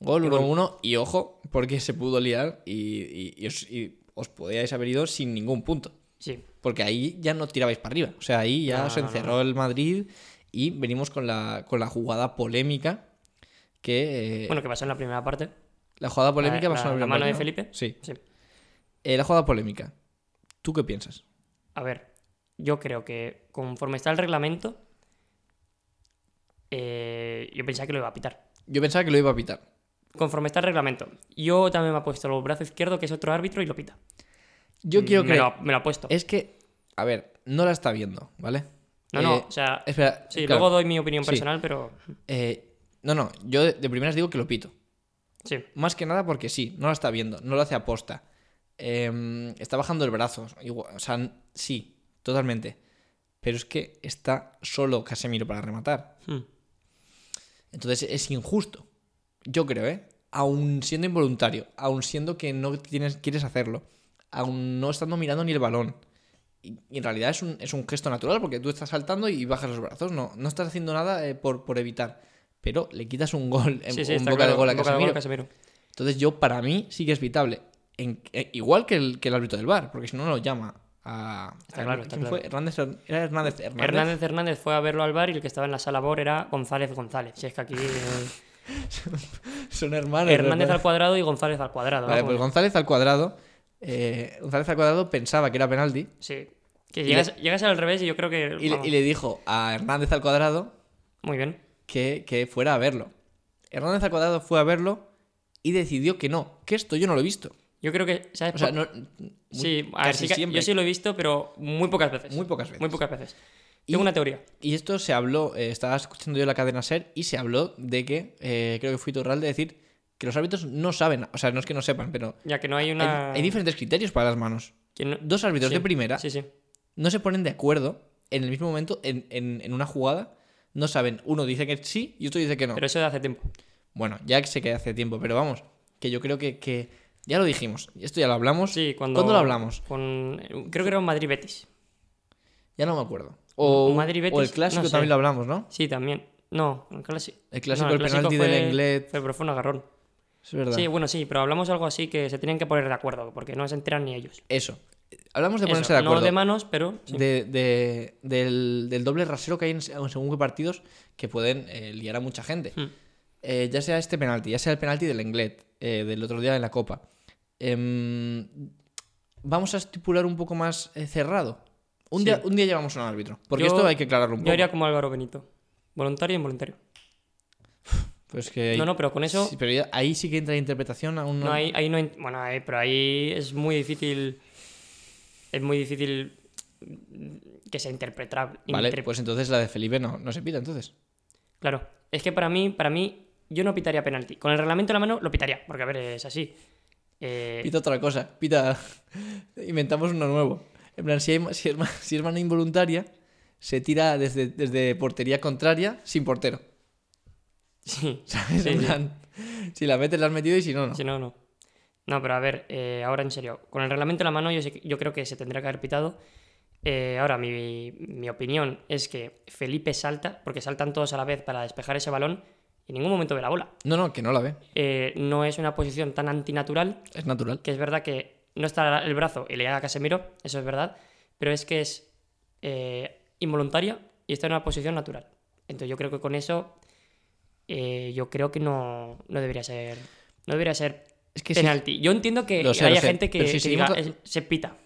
A: Gol
B: Y gol.
A: 1-1 y ojo, porque se pudo liar y, y- y os, y os podíais haber ido sin ningún punto.
B: sí.
A: Porque ahí ya no tirabais para arriba. O sea, ahí ya
B: No,
A: se
B: no, no.
A: encerró el Madrid y venimos con la, con la jugada polémica que... eh,
B: Bueno, que pasó en la primera parte.
A: la jugada polémica
B: la-
A: pasó en
B: la
A: primera
B: mano
A: parte,
B: de
A: ¿no?
B: Felipe.
A: Sí.
B: Sí.
A: Eh, la jugada polémica. ¿Tú qué piensas?
B: A ver, yo creo que conforme está el reglamento, eh, yo pensaba que lo iba a pitar.
A: Yo pensaba que lo iba a pitar.
B: Conforme está el reglamento, yo también me ha puesto el brazo izquierdo, que es otro árbitro, y lo pita. Mm,
A: Yo quiero
B: me
A: creer...
B: Lo, me lo ha puesto.
A: Es que, a ver, no la está viendo, ¿vale?
B: No, no,
A: Eh,
B: o sea,
A: Espera,
B: sí,
A: claro.
B: luego doy mi opinión
A: Sí.
B: personal, pero
A: Eh, no, no, yo de, de primeras digo que lo pito.
B: sí.
A: Más que nada porque sí, no lo está viendo, no lo hace aposta. Eh, está bajando el brazo, igual- o sea, n- sí, totalmente. Pero es que está solo Casemiro para rematar.
B: Hmm.
A: Entonces es injusto. Yo creo, ¿eh? Aun siendo involuntario, aun siendo que no tienes, quieres hacerlo, aun no estando mirando ni el balón. Y, y en realidad es un, es un gesto natural porque tú estás saltando y bajas los brazos, no, no estás haciendo nada eh, por, por evitar. Pero le quitas un gol, en,
B: Sí, sí,
A: un
B: está
A: boca de
B: claro,
A: gol a
B: un boca de
A: Casemiro.
B: Casemiro.
A: Entonces yo, para mí, sí que es vitable. En- eh, igual que el, que el árbitro del bar, porque si no, no lo llama a...
B: Está
A: a-
B: claro, está
A: ¿quién fue? Hernández, Her- era Hernández Hernández.
B: Hernández Hernández fue a verlo al bar y el que estaba en la sala BOR era González González. Si es que aquí eh,
A: Son hermanos.
B: Hernández
A: ¿verdad?
B: al cuadrado y González al cuadrado. ¿no?
A: pues, Vale, pues
B: Como-
A: González al cuadrado. eh, González al cuadrado pensaba que era penalti
B: Sí. Que
A: le-
B: llegas, llegas al revés y yo creo que.
A: y, le-
B: vamos,
A: y le dijo a Hernández al cuadrado
B: Muy bien.
A: que, que fuera a verlo. Hernández al cuadrado fue a verlo y decidió que no, que esto yo no lo he visto.
B: Yo creo que. ¿sabes
A: O sea,
B: por-
A: no,
B: sí,
A: muy-
B: así
A: casi
B: que-
A: siempre,
B: yo sí lo he visto, pero muy pocas veces.
A: muy pocas veces.
B: Muy pocas veces. Tengo una teoría.
A: Y esto se habló, eh, estaba escuchando yo la cadena SER y se habló de que, eh, creo que fui Turralde, decir que los árbitros no saben, o sea, no es que no sepan, pero
B: Ya que no hay
A: hay,
B: una.
A: hay diferentes criterios para las manos.
B: que no-
A: Dos árbitros
B: Sí,
A: de primera
B: Sí, sí.
A: no se ponen de acuerdo en el mismo momento, en, en- en una jugada, no saben, uno dice que sí y otro dice que no.
B: Pero eso de hace tiempo.
A: Bueno, ya que sé que hace tiempo, pero vamos, que yo creo que, que ya lo dijimos, esto ya lo hablamos.
B: Sí, cuando.
A: ¿Cuándo lo hablamos?
B: Con... Creo que era un Madrid Betis.
A: Ya no me acuerdo. O,
B: Un Madrid
A: o el
B: Betis,
A: clásico
B: no sé.
A: también lo hablamos, ¿no?
B: Sí, también. No, el clásico.
A: El clásico,
B: no,
A: el, penalti
B: fue-
A: del Englet.
B: fue- Pero fue un agarrón.
A: Es verdad.
B: Sí, bueno, sí, pero hablamos algo así que se tienen que poner de acuerdo, porque no se enteran ni ellos.
A: Eso. Hablamos de
B: Eso,
A: ponerse de acuerdo.
B: No de manos, pero. sí.
A: de- de- del, del doble rasero que hay en, en según qué partidos que pueden eh, liar a mucha gente.
B: Hmm.
A: Eh, ya sea este penalti, ya sea el penalti del Englet, eh, del otro día en la Copa. Em, vamos a estipular un poco más eh, cerrado. Un,
B: Sí.
A: día, un día llevamos a un árbitro. Porque
B: Yo-
A: esto hay que aclararlo un poco.
B: Yo haría como Álvaro Benito. Voluntario e involuntario.
A: Pues que
B: No, no, pero con eso.
A: Sí, pero ya- ahí sí que entra la interpretación a un...
B: No, ahí, ahí no. hay- Bueno, ahí- pero ahí es muy difícil. Es muy difícil que sea interpretable.
A: Vale,
B: interpre-
A: pues entonces la de Felipe no, no se pita, entonces.
B: Claro, es que para mí, para mí, yo no pitaría penalti. Con el reglamento en la mano lo pitaría, porque a ver, es así. Eh,
A: Pita otra cosa, pita... Inventamos uno nuevo. En plan, si, hay ma- si es, ma- si es mano involuntaria, se tira desde, desde portería contraria sin portero.
B: sí,
A: ¿Sabes?
B: Sí,
A: En
B: sí.
A: plan, si la metes, la has metido y si no, no.
B: si no, no. No, pero a ver, eh, ahora en serio, con el reglamento en la mano yo, sé que- yo creo que se tendría que haber pitado. Eh, ahora, mi, mi opinión es que Felipe salta, porque saltan todos a la vez para despejar ese balón y en ningún momento ve la bola.
A: No, no, que no la ve.
B: Eh, no es una posición tan antinatural
A: Es natural.
B: que es verdad que no está el brazo y le llega a Casemiro, eso es verdad, pero es que es eh, involuntaria y está en una posición natural. Entonces yo creo que con eso eh, yo creo que no, no debería ser no debería ser
A: Es que sí.
B: penalti. Yo entiendo que
A: Lo sé, lo
B: haya
A: sé,
B: gente que,
A: pero si
B: que diga
A: seguimos la-
B: "Es- se pita,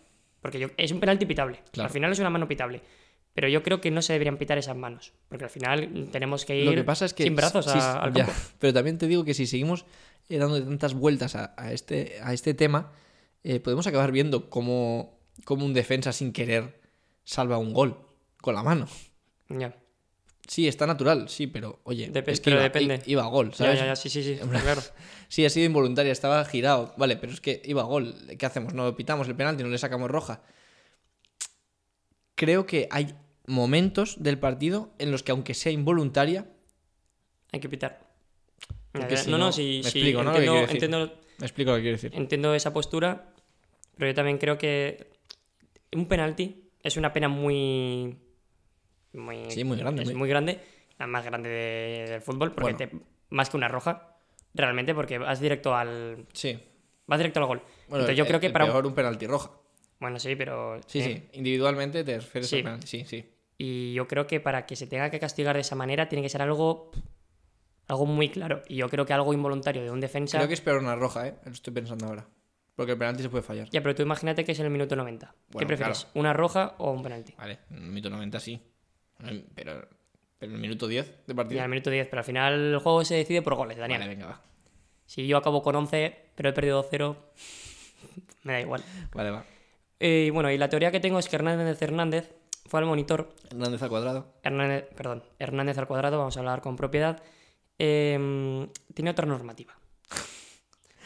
B: porque yo- es un penalti pitable.
A: Claro.
B: Al final es una mano pitable. Pero yo creo que no se deberían pitar esas manos, porque al final tenemos que ir
A: Lo que pasa es que...
B: sin brazos
A: si-
B: a- al
A: ya,
B: campo.
A: Pero también te digo que si seguimos eh, dando tantas vueltas a, a este, a este tema, eh, podemos acabar viendo cómo, cómo un defensa sin querer salva un gol con la mano.
B: Ya.
A: Sí, está natural, sí, pero oye,
B: Depe-
A: es que
B: pero
A: iba,
B: depende.
A: i- iba a gol,
B: Ya,
A: ¿sabes?
B: ya, ya, sí, sí, sí,
A: En plan-
B: claro.
A: Sí, ha sido involuntaria, estaba girado, vale, pero es que iba a gol. ¿Qué hacemos? ¿No pitamos el penalti? ¿No le sacamos roja? Creo que hay momentos del partido en los que, aunque sea involuntaria,
B: Hay que pitar.
A: Porque
B: Ya,
A: si
B: no,
A: no-
B: no, sí,
A: me
B: sí,
A: explico, ¿no? Lo que
B: entiendo,
A: quiero decir.
B: entiendo-
A: me explico lo que quiero decir.
B: entiendo esa postura, pero yo también creo que un penalti es una pena muy... muy
A: Sí, muy grande,
B: es
A: muy-
B: muy... grande, la más grande de- del fútbol, porque
A: Bueno.
B: te- más que una roja, realmente, porque vas directo al,
A: Sí.
B: vas directo al gol.
A: Bueno,
B: Entonces yo
A: el-
B: creo que
A: el
B: para... un-
A: peor un penalti roja.
B: Bueno, sí, pero...
A: Sí,
B: eh,
A: sí, individualmente te refieres
B: Sí.
A: al penalti, sí, sí.
B: Y yo creo que para que se tenga que castigar de esa manera tiene que ser algo... Algo muy claro. Y yo creo que algo involuntario de un defensa...
A: Creo que es peor una roja, ¿eh? Lo estoy pensando ahora. Porque el penalti se puede fallar.
B: Ya, pero tú imagínate que es en el minuto 90. ¿Qué
A: Bueno,
B: prefieres? ¿Una roja o un penalti?
A: Vale, en el minuto 90 sí. Eh, Pero, pero en el minuto 10 de
B: Y
A: partido.
B: al minuto 10, pero al final el juego se decide por goles, Daniel.
A: Vale, venga, va.
B: Si yo acabo con 11, pero he perdido 0, me da igual.
A: Vale, va.
B: Eh, Y bueno, y la teoría que tengo es que Hernández Hernández fue al monitor.
A: Hernández al cuadrado.
B: Hernández, perdón, Hernández al cuadrado, vamos a hablar con propiedad. eh, tiene otra normativa.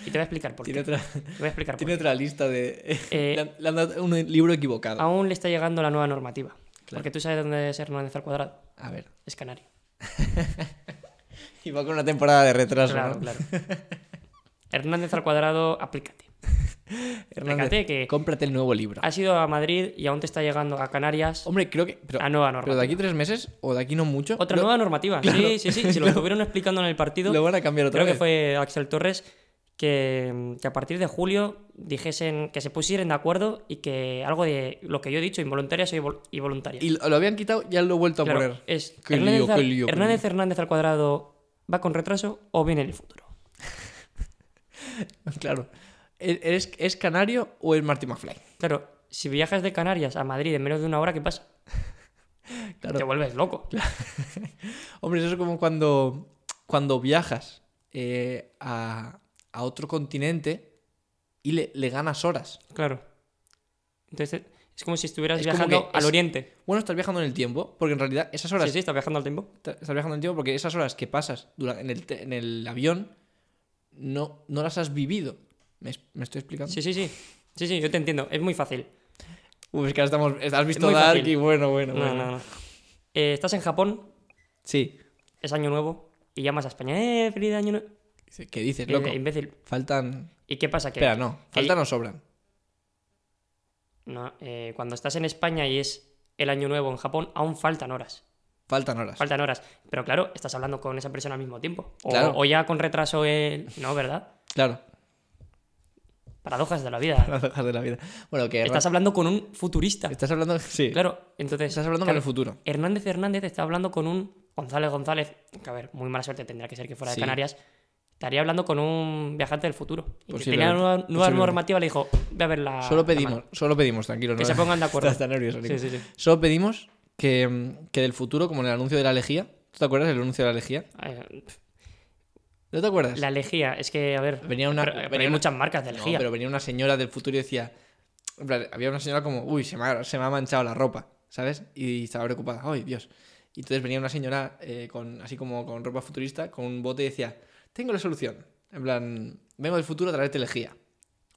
B: Y te voy a explicar por
A: Tiene
B: qué.
A: otra,
B: Te voy a explicar por
A: tiene
B: qué.
A: otra lista de.
B: Eh,
A: le, han, le han dado un libro equivocado.
B: Aún le está llegando la nueva normativa. Porque tú sabes dónde es Hernández al cuadrado.
A: A ver.
B: Es Canario.
A: Y va con una temporada de retraso.
B: Claro,
A: ¿no?
B: claro. Hernández al cuadrado, aplícate.
A: Hernández,
B: Fíjate que- Ah,
A: Cómprate el nuevo libro.
B: Has ido a Madrid y aún te está llegando a Canarias
A: Hombre, creo que. Pero,
B: la nueva
A: pero de
B: normativa.
A: aquí tres meses o de aquí no mucho.
B: Otra
A: lo,
B: nueva normativa. Sí, sí, sí. Si lo estuvieron explicando en el partido,
A: Lo van a cambiar otra
B: creo
A: vez.
B: que fue Axel Torres que, que a partir de julio dijesen que se pusieran de acuerdo y que algo de lo que yo he dicho, involuntarias y vol- y voluntarias.
A: Y lo lo habían quitado, ya lo he vuelto a
B: Claro,
A: poner.
B: es
A: Qué
B: Hernández,
A: lío, qué
B: al-
A: lío, qué
B: Hernández Hernández al cuadrado va con retraso o viene en el futuro.
A: Claro. ¿E- ¿Eres, ¿Es canario o es Marty McFly?
B: Claro, si viajas de Canarias a Madrid en menos de una hora, ¿qué pasa?
A: Claro.
B: Te vuelves loco.
A: Hombre, eso es como cuando, cuando viajas eh, a, a otro continente y le, le ganas horas.
B: Claro. Entonces, Es como si estuvieras
A: Es como
B: viajando
A: que
B: al
A: es-
B: oriente.
A: Bueno, estás viajando en el tiempo, porque en realidad esas horas
B: Sí, sí, estás viajando al tiempo.
A: ta- estás viajando en el tiempo porque esas horas que pasas dura- en el, te- en el avión no, no las has vivido. ¿Me, es- me estoy explicando?
B: Sí, sí, sí. Sí, sí, yo te entiendo. Es muy fácil.
A: Uy, es que ahora estamos. es- Has visto
B: muy
A: Dark
B: fácil.
A: y bueno, bueno,
B: No,
A: bueno.
B: no, no. Eh, estás en Japón,
A: Sí.
B: es año nuevo, y llamas a España. ¡Eh, feliz año nuevo!
A: Sí, ¿Qué dices,
B: Eh,
A: loco?
B: imbécil.
A: Faltan.
B: ¿Y qué pasa? Que
A: Espera, no.
B: que-
A: Faltan o sobran.
B: no, eh, cuando estás en España y es el año nuevo en Japón, aún faltan horas.
A: Faltan horas.
B: Faltan horas. Pero claro, estás hablando con esa persona al mismo tiempo. O,
A: Claro.
B: o ya con retraso el... No, ¿verdad?
A: Claro.
B: Paradojas de la vida.
A: Las hojas de la vida. Bueno, que.
B: Estás hablando con un futurista.
A: estás hablando. Sí.
B: Claro, entonces...
A: Estás hablando con
B: claro,
A: el futuro.
B: Hernández Hernández está hablando con un González González, que a ver, muy mala suerte tendría que ser que fuera
A: Sí.
B: de Canarias, estaría hablando con un viajante del futuro. Y que
A: Posiblemente,
B: tenía una nueva- nueva
A: posiblemente.
B: normativa, le dijo, ve a ver la...
A: Solo
B: la
A: pedimos,
B: mano".
A: solo pedimos, tranquilo.
B: Que se pongan de acuerdo.
A: Está, nervioso,
B: Sí,
A: Nico.
B: sí, sí.
A: Solo pedimos que, mm, que del futuro, como en el anuncio de la lejía. ¿Tú te acuerdas del anuncio de la lejía?
B: Ay, pf,
A: ¿No te acuerdas?
B: La lejía, es que, a ver,
A: Venía una.
B: pero- pero
A: venía
B: hay
A: una-
B: muchas marcas de
A: No,
B: lejía.
A: pero venía una señora del futuro y decía. en plan, había una señora como, uy, se me, ha, se me ha manchado la ropa, ¿sabes? Y estaba preocupada, ¡ay, Dios! Y entonces venía una señora eh, con, así como con ropa futurista, con un bote y decía, tengo la solución. En plan, vengo del futuro a traerte lejía.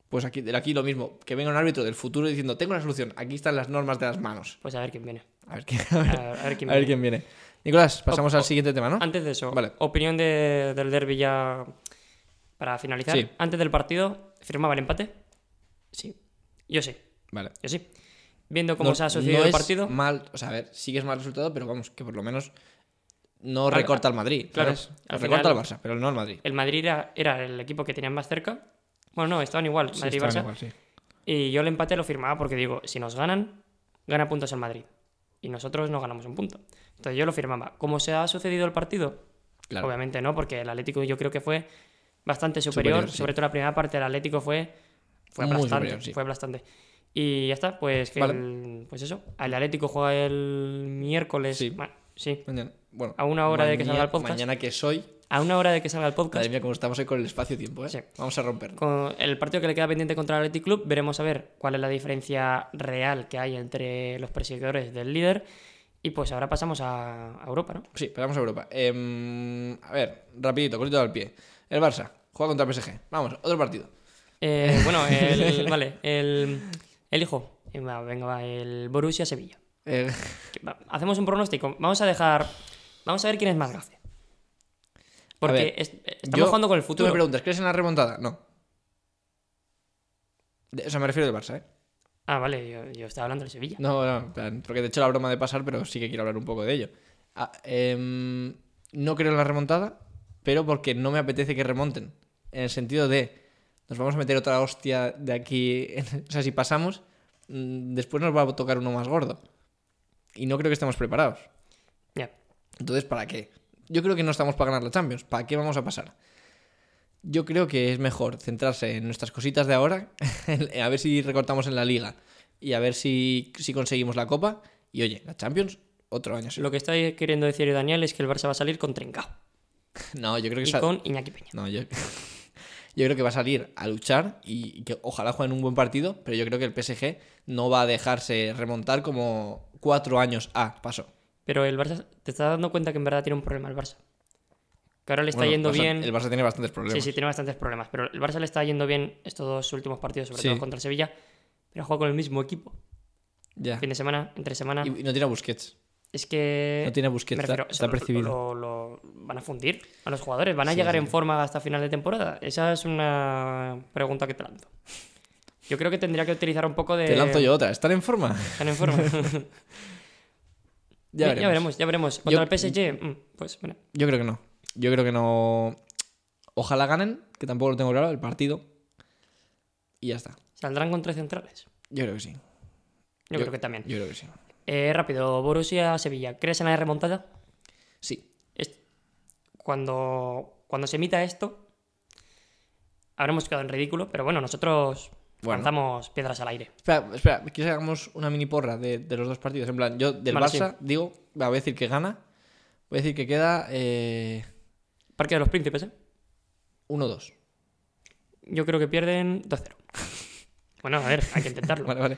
A: Pues aquí, de aquí lo mismo, que venga un árbitro del futuro diciendo, tengo la solución, aquí están las normas de las manos.
B: Pues a ver quién viene.
A: A ver quién,
B: A ver, a ver quién
A: a ver
B: viene. Oh,
A: quién viene. Nicolás, pasamos al siguiente tema, ¿no?
B: Antes de eso,
A: Vale.
B: opinión de- del derby ya para finalizar.
A: Sí.
B: Antes del partido, ¿firmaba el empate? Sí. Yo sí,
A: Vale.
B: yo sí. Viendo cómo
A: No-
B: se ha sucedido
A: no
B: el
A: es
B: partido...
A: Mal, o sea, a ver, sí que es mal resultado, pero vamos, que por lo menos no
B: Al-
A: recorta al Madrid.
B: claro,
A: ¿sabes?
B: al
A: recorta al
B: final-
A: Barça, pero no al Madrid.
B: El Madrid era, era el equipo que tenían más cerca. Bueno, no, estaban igual,
A: Sí,
B: Madrid y
A: estaban
B: Barça.
A: igual, sí.
B: Y yo el empate lo firmaba porque digo, si nos ganan, gana puntos el Madrid. Y nosotros no ganamos un punto. Entonces yo lo firmaba. ¿Cómo se ha sucedido el partido?
A: Claro.
B: Obviamente no, porque el Atlético yo creo que fue bastante superior.
A: Superior, sí.
B: Sobre todo la primera parte del Atlético fue, fue
A: Muy
B: aplastante.
A: superior, sí.
B: Fue aplastante. Y ya está, pues que
A: Vale.
B: el- pues eso. El Atlético juega el miércoles.
A: Sí.
B: ma- sí.
A: Mañana- bueno,
B: A una hora de que salga el
A: maña-
B: podcast.
A: Mañana que soy.
B: A una hora de que salga el podcast.
A: Madre mía, cómo estamos hoy con el espacio-tiempo, ¿eh?
B: Sí.
A: Vamos a romperlo.
B: Con el partido que le queda pendiente contra el Athletic Club, veremos a ver cuál es la diferencia real que hay entre los perseguidores del líder. Y pues ahora pasamos a, a Europa, ¿no?
A: Sí, pero vamos a Europa. Em, a ver, rapidito, cortito al pie. El Barça juega contra el PSG. Vamos, otro partido.
B: Eh, bueno, el, vale, el, el hijo. Eh, va, Venga, va, el Borussia Sevilla.
A: Eh,
B: Que va, Hacemos un pronóstico. Vamos a dejar. Vamos a ver quién es más gafe. Porque
A: ver,
B: es- estamos
A: yo-
B: jugando con el
A: Tú me
B: futuro.
A: preguntas, ¿crees en la remontada? No. De- o sea, me refiero del Barça, ¿eh?
B: Ah, vale, yo, yo estaba hablando del Sevilla.
A: No, no, en plan, porque te he hecho la broma de pasar, pero sí que quiero hablar un poco de ello. Ah, em, no creo en la remontada, pero porque no me apetece que remonten. En el sentido de, nos vamos a meter otra hostia de aquí. o sea, si pasamos, mm, después nos va a tocar uno más gordo. Y no creo que estemos preparados.
B: Ya.
A: Entonces, ¿para qué? Yo creo que no estamos para ganar la Champions. ¿Para qué vamos a pasar? Yo creo que es mejor centrarse en nuestras cositas de ahora, en- en a ver si recortamos en la liga y a ver si, si conseguimos la copa. Y oye, la Champions, otro año. sí.
B: Lo que está queriendo decir Daniel es que el Barça va a salir con Trincao
A: No, yo creo que
B: y
A: sa-
B: con Iñaki Peña.
A: No, yo... yo creo que va a salir a luchar y que ojalá jueguen un buen partido, pero yo creo que el PSG no va a dejarse remontar como cuatro años. Ah, pasó.
B: Pero el Barça, te estás dando cuenta que en verdad tiene un problema el Barça. Que ahora le está
A: Bueno,
B: yendo
A: Barça-
B: bien.
A: El Barça tiene bastantes problemas.
B: Sí, sí, tiene bastantes problemas. Pero el Barça le está yendo bien estos dos últimos partidos, sobre
A: Sí.
B: todo contra el Sevilla. Pero juega con el mismo equipo.
A: Ya.
B: Fin de semana, entre semana.
A: Y y no tiene a Busquets.
B: Es que.
A: No tiene a Busquets,
B: Eh, me
A: está-
B: refiero, o
A: está
B: sea, lo-
A: percibido.
B: Lo, lo- van a fundir a los jugadores. ¿Van a
A: Sí,
B: llegar
A: sí,
B: en
A: sí.
B: forma hasta final de temporada? Esa es una pregunta que te lanzo. Yo creo que tendría que utilizar un poco de.
A: Te lanzo yo otra. ¿Están en forma?
B: Están en forma.
A: Ya veremos.
B: ya veremos. Contra
A: Yo-
B: el PSG, mm, pues bueno.
A: Yo creo que no. Yo creo que no. Ojalá ganen, que tampoco lo tengo claro, el partido. Y ya está.
B: Saldrán con tres centrales.
A: Yo creo que sí.
B: Yo, creo que también.
A: Yo creo que sí.
B: Eh, rápido, Borussia Sevilla. ¿Crees en la remontada?
A: Sí.
B: Es- Cuando, cuando se emita esto, habremos quedado en ridículo, pero bueno, nosotros
A: Bueno.
B: lanzamos piedras al aire.
A: Espera, espera, quieres que hagamos una mini porra de, de los dos partidos. En plan, yo del
B: Vale,
A: Barça digo, va, voy a decir que gana. Voy a decir que queda eh,
B: Parque de los Príncipes, ¿eh?
A: 1-2.
B: Yo creo que pierden 2-0. Bueno, a ver, hay que intentarlo.
A: Vale, vale.